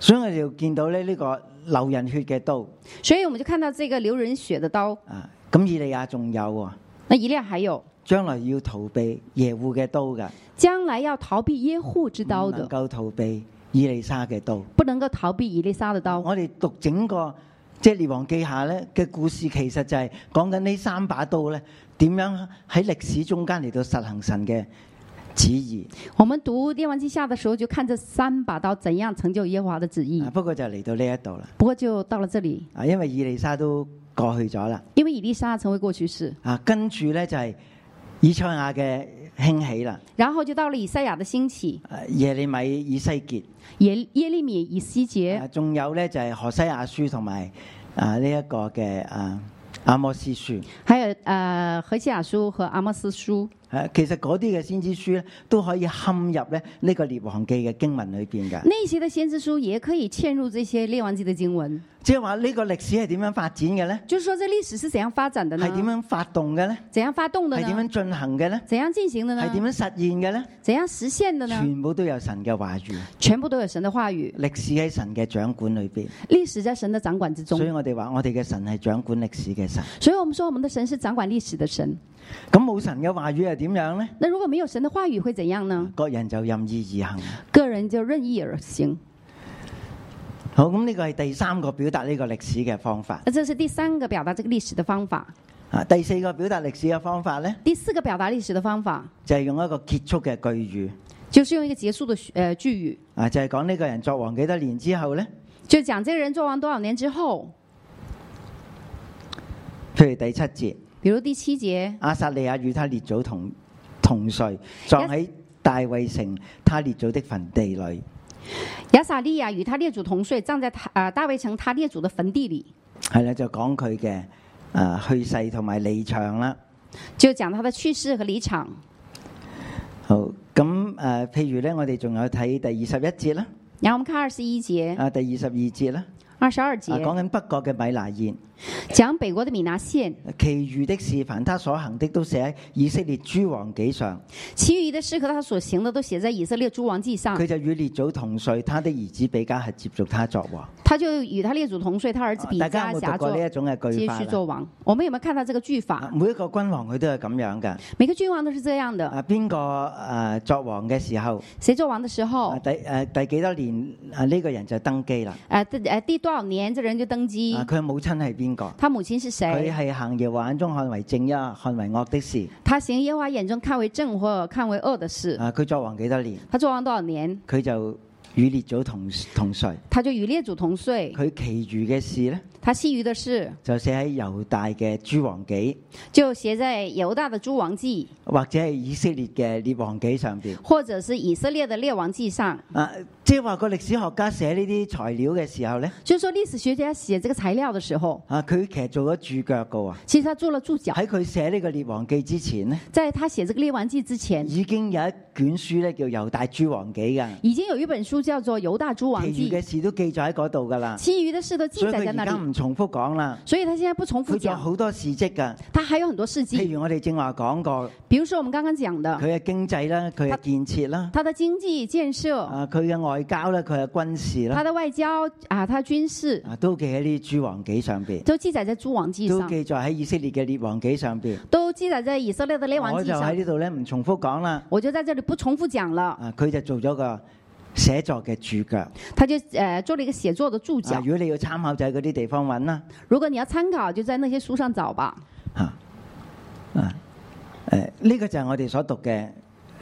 [SPEAKER 2] 所以我哋就見到咧呢個流人血嘅刀
[SPEAKER 3] 所以我們就看到這個流人血的刀。
[SPEAKER 2] 啊，咁以利亞仲有喎、
[SPEAKER 3] 那以利亞還有
[SPEAKER 2] 將來要逃避耶户嘅刀㗎，
[SPEAKER 3] 將來要逃避耶户之刀
[SPEAKER 2] 唔
[SPEAKER 3] 的
[SPEAKER 2] 能。夠逃避以利沙嘅刀。
[SPEAKER 3] 不能够逃避以利沙的刀。
[SPEAKER 2] 我哋讀整個即係列王記下咧嘅故事，其實就係講緊呢三把刀咧，點樣喺歷史中間嚟到實行神嘅旨意。
[SPEAKER 3] 我们读《列王记下》的时候，就看这三把刀怎样成就耶和华的旨意
[SPEAKER 2] 啊。不過就嚟到呢一度啦，
[SPEAKER 3] 不过就到了这里，
[SPEAKER 2] 啊，因為以利沙都過去咗啦，
[SPEAKER 3] 因为以利沙成为过去式，
[SPEAKER 2] 啊，跟住咧就係以賽亞嘅興起啦，
[SPEAKER 3] 然后就到了以赛亚的兴起，
[SPEAKER 2] 啊耶利米、以西結，
[SPEAKER 3] 耶耶利米、以西结，
[SPEAKER 2] 啊，仲有咧就係何西亞書同埋啊呢一個嘅啊阿摩斯書。
[SPEAKER 3] 还有呃何西雅书和阿莫斯书。
[SPEAKER 2] 啊其實嗰啲嘅先知書咧，都可以嵌入咧呢個列王記嘅經文裏邊嘅。
[SPEAKER 3] 那些的先知书也可以嵌入这些列王记的经文，
[SPEAKER 2] 即係話呢個歷史係點樣發展嘅呢？
[SPEAKER 3] 就是说这历史是怎样发展的
[SPEAKER 2] 係點
[SPEAKER 3] 呢？
[SPEAKER 2] 樣發動嘅呢？
[SPEAKER 3] 怎样发动的
[SPEAKER 2] 係點
[SPEAKER 3] 呢？
[SPEAKER 2] 樣進行嘅呢？
[SPEAKER 3] 怎样进行的
[SPEAKER 2] 係
[SPEAKER 3] 呢
[SPEAKER 2] 點？樣實現嘅呢？
[SPEAKER 3] 怎样实现的呢？
[SPEAKER 2] 全部都有神嘅話語，
[SPEAKER 3] 全部都有神的话语，
[SPEAKER 2] 歷史喺神嘅掌管裏邊。
[SPEAKER 3] 历史在神的掌管之中
[SPEAKER 2] 所。以我哋話我哋嘅神係掌管歷史嘅神。
[SPEAKER 3] 所以我们说，我们的神是掌管历史的神。
[SPEAKER 2] 咁冇神嘅話語係點樣呢？
[SPEAKER 3] 那如果没有神的话语会怎样呢？
[SPEAKER 2] 各人就任意而行。
[SPEAKER 3] 个人就任意而行。
[SPEAKER 2] 好，咁呢個係第三個表達呢個歷史嘅方法。
[SPEAKER 3] 那这是第三个表达这个历史的方法。
[SPEAKER 2] 啊，第四個表達歷史嘅方法呢，
[SPEAKER 3] 第四个表达历史的方法，
[SPEAKER 2] 就係、用一個結束嘅句語。
[SPEAKER 3] 就是用一个结束的呃句语，
[SPEAKER 2] 啊，就係講呢個人作王幾多年之後呢？
[SPEAKER 3] 就讲这个人做完多少年之後，
[SPEAKER 2] 譬如第七節，
[SPEAKER 3] 比如第七节，
[SPEAKER 2] 阿撒利亞與他列祖同同睡，葬喺大衛城他列祖的墳地裏。
[SPEAKER 3] 亚撒利亚与他列祖同睡，葬在他呃大卫城他列祖的坟地里，
[SPEAKER 2] 係啦，就講佢嘅啊去世同埋離場啦。
[SPEAKER 3] 就讲他的去世和离场。
[SPEAKER 2] 好，咁诶、呃譬如咧，我哋仲有睇第二十一節啦，
[SPEAKER 3] 然后我们看二十一节、
[SPEAKER 2] 啊，第二十二節啦，
[SPEAKER 3] 二十二节
[SPEAKER 2] 啊，，講緊北國嘅米拿現，
[SPEAKER 3] 讲北国的米拿县，
[SPEAKER 2] 其餘的事凡他所行的都寫喺以色列諸王記上。
[SPEAKER 3] 其余的事和他所行的都写在以色列诸王记上。
[SPEAKER 2] 佢就與列祖同睡，他的兒子比加係接續他作王。
[SPEAKER 3] 他就與他列祖同睡，他儿子比
[SPEAKER 2] 啊大家
[SPEAKER 3] 加
[SPEAKER 2] 有冇
[SPEAKER 3] 辖
[SPEAKER 2] 讀過
[SPEAKER 3] 作
[SPEAKER 2] 呢一種嘅句
[SPEAKER 3] 接
[SPEAKER 2] 法啦？
[SPEAKER 3] 續做王。我们有没有看到这个句
[SPEAKER 2] 啊
[SPEAKER 3] 法？
[SPEAKER 2] 每一個君王佢都係咁樣㗎。
[SPEAKER 3] 每个君王都是这样的，
[SPEAKER 2] 啊，邊個啊作王嘅時候，
[SPEAKER 3] 谁做王的时候
[SPEAKER 2] 啊，第誒第幾多年啊呢個人就登基啦。
[SPEAKER 3] 呃，第呃第多少年这人就登基
[SPEAKER 2] 啊，，佢母親係邊個？
[SPEAKER 3] 他母亲是
[SPEAKER 2] 佢
[SPEAKER 3] 谁？
[SPEAKER 2] 係行耶和華眼中看為正呀，看為惡的事。
[SPEAKER 3] 他行耶和华眼中看为正或看为恶的事。
[SPEAKER 2] 啊，佢作王幾多年？
[SPEAKER 3] 他做王多少年？
[SPEAKER 2] 佢就與列祖同同睡。
[SPEAKER 3] 他就与列祖同睡。
[SPEAKER 2] 佢其餘嘅事呢，
[SPEAKER 3] 他其余的事
[SPEAKER 2] 就寫喺猶大嘅諸王記，
[SPEAKER 3] 就写在犹大的诸王记，
[SPEAKER 2] 或者係以色列嘅列王記上邊。
[SPEAKER 3] 或者是以色列的列王记上。
[SPEAKER 2] 啊，即係話個歷史學家寫呢啲材料嘅時候呢，
[SPEAKER 3] 就是说，历史学家寫这个材料的时候，
[SPEAKER 2] 啊，佢其實做咗注腳㗎喎。
[SPEAKER 3] 其实他做了注脚。
[SPEAKER 2] 喺佢寫呢個列王記之前呢。
[SPEAKER 3] 在他写这个列王记之前，
[SPEAKER 2] 已經有一卷書咧叫《猶大諸王紀》噶，
[SPEAKER 3] 已经有一本书叫做《犹大诸王
[SPEAKER 2] 其
[SPEAKER 3] 记
[SPEAKER 2] 餘》，嘅事都記載喺嗰度噶啦。
[SPEAKER 3] 其余的事都记
[SPEAKER 2] 所以
[SPEAKER 3] 载在
[SPEAKER 2] 佢
[SPEAKER 3] 那
[SPEAKER 2] 而家
[SPEAKER 3] 里。
[SPEAKER 2] 唔重複講啦，
[SPEAKER 3] 所以他现在不重复
[SPEAKER 2] 佢仲有
[SPEAKER 3] 讲，
[SPEAKER 2] 好多事蹟噶。
[SPEAKER 3] 他还有很多事迹，
[SPEAKER 2] 譬如我哋正話講過，
[SPEAKER 3] 比如说我们刚刚讲的，
[SPEAKER 2] 佢嘅經濟啦，佢嘅建設啦，
[SPEAKER 3] 啊他的哦经济建设、
[SPEAKER 2] 啊，佢嘅外交啦，佢嘅軍事
[SPEAKER 3] 他
[SPEAKER 2] 啦，
[SPEAKER 3] 的外交啊、他军事，
[SPEAKER 2] 啊，都記喺呢啲諸王紀上邊，
[SPEAKER 3] 都记载在《诸王记》
[SPEAKER 2] 都
[SPEAKER 3] 上，
[SPEAKER 2] 記載喺以色列嘅列王紀上邊。
[SPEAKER 3] 都记载在以色列的《列王
[SPEAKER 2] 哦我
[SPEAKER 3] 记》
[SPEAKER 2] 就喺
[SPEAKER 3] 上。
[SPEAKER 2] 呢度咧唔重複講啦。
[SPEAKER 3] 我就在这里不重复讲了，
[SPEAKER 2] 啊，佢就做咗個寫作嘅注腳。
[SPEAKER 3] 他就呃做了一个写作的注
[SPEAKER 2] 啊
[SPEAKER 3] 脚。
[SPEAKER 2] 如果你要參考就喺嗰啲地方揾啦。
[SPEAKER 3] 如果你要参考，就在那些书上找吧。
[SPEAKER 2] 嚇啊誒，呢個就係我哋所讀嘅《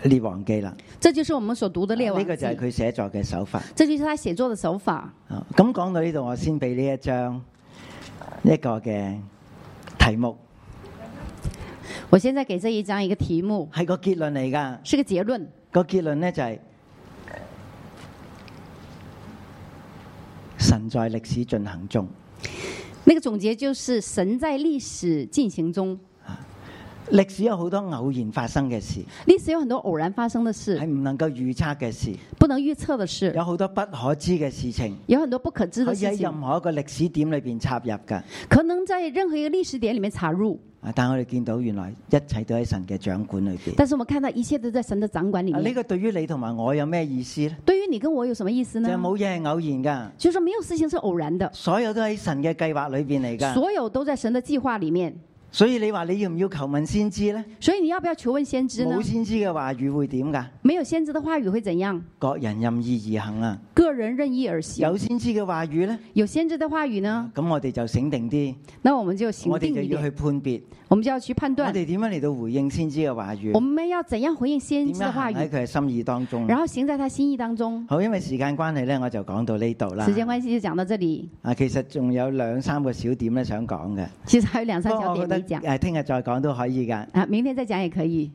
[SPEAKER 2] 列王記》啦。
[SPEAKER 3] 这就是我們所讀的列
[SPEAKER 2] 呢、
[SPEAKER 3] 王
[SPEAKER 2] 個啊就係
[SPEAKER 3] 記，
[SPEAKER 2] 佢寫作嘅手法。
[SPEAKER 3] 這就是他寫作的手法。
[SPEAKER 2] 啊咁講到呢度，我先俾呢一章一個嘅題目，
[SPEAKER 3] 我現在給這一章一個題目，
[SPEAKER 2] 係個結論嚟㗎。
[SPEAKER 3] 是個結論。
[SPEAKER 2] 個結論呢就係、神在歷史進行中。
[SPEAKER 3] 那個總結就是神在歷史進行中，
[SPEAKER 2] 歷史有好多偶然發生嘅事，
[SPEAKER 3] 歷史有很多偶然發生的
[SPEAKER 2] 係
[SPEAKER 3] 事，
[SPEAKER 2] 唔能夠預測嘅事，
[SPEAKER 3] 不能預測的事，
[SPEAKER 2] 有好多不可知嘅事情，
[SPEAKER 3] 有很多不可知
[SPEAKER 2] 可
[SPEAKER 3] 的
[SPEAKER 2] 以
[SPEAKER 3] 事
[SPEAKER 2] 喺任
[SPEAKER 3] 情，
[SPEAKER 2] 何一個歷史點裏邊插入㗎。
[SPEAKER 3] 可能在任何一個歷史點裡面插入。
[SPEAKER 2] 啊！但我哋見到原來一切都喺神嘅掌管裏邊。
[SPEAKER 3] 但是我們看到一切都在神的掌管裡
[SPEAKER 2] 啊呢
[SPEAKER 3] 面。
[SPEAKER 2] 個對於你同埋我有咩意思呢？
[SPEAKER 3] 對於你跟我有什麼意思
[SPEAKER 2] 就係
[SPEAKER 3] 呢？
[SPEAKER 2] 冇嘢係偶然㗎，
[SPEAKER 3] 就是說沒有事情是偶然的，
[SPEAKER 2] 所有都喺神嘅計劃裏邊嚟㗎。
[SPEAKER 3] 所有都在神的計劃裡面。
[SPEAKER 2] 所以你話你要唔要求問先知呢？
[SPEAKER 3] 所以你要不要求問先知呢
[SPEAKER 2] 冇？先知嘅話語會點㗎？
[SPEAKER 3] 沒有先知的話語會怎樣？
[SPEAKER 2] 各人任意而行啊！
[SPEAKER 3] 個人任意而行。
[SPEAKER 2] 有先知嘅話語呢，
[SPEAKER 3] 有先知的話語呢，
[SPEAKER 2] 咁我哋就醒定啲，
[SPEAKER 3] 那我們就行
[SPEAKER 2] 我哋
[SPEAKER 3] 啊定
[SPEAKER 2] 就
[SPEAKER 3] 一
[SPEAKER 2] 要
[SPEAKER 3] 點，
[SPEAKER 2] 去判別，
[SPEAKER 3] 我們就要去判
[SPEAKER 2] 我
[SPEAKER 3] 斷，
[SPEAKER 2] 哋點樣嚟到回應先知嘅話
[SPEAKER 3] 我
[SPEAKER 2] 語，
[SPEAKER 3] 們要怎樣回應先
[SPEAKER 2] 點
[SPEAKER 3] 知
[SPEAKER 2] 樣
[SPEAKER 3] 的話
[SPEAKER 2] 行喺
[SPEAKER 3] 語，
[SPEAKER 2] 佢嘅心意當中。
[SPEAKER 3] 然後行在他心意當中。
[SPEAKER 2] 好，因為時間關係呢，我就講到呢度啦
[SPEAKER 3] 時。間關係就講到這裡，
[SPEAKER 2] 啊，其實仲有兩三個小點咧想講嘅。
[SPEAKER 3] 其實還有兩
[SPEAKER 2] 不
[SPEAKER 3] 三
[SPEAKER 2] 過
[SPEAKER 3] 小
[SPEAKER 2] 我覺
[SPEAKER 3] 點
[SPEAKER 2] 得
[SPEAKER 3] 沒講
[SPEAKER 2] 誒，聽日再講都可以㗎。
[SPEAKER 3] 啊，明天再講也可以。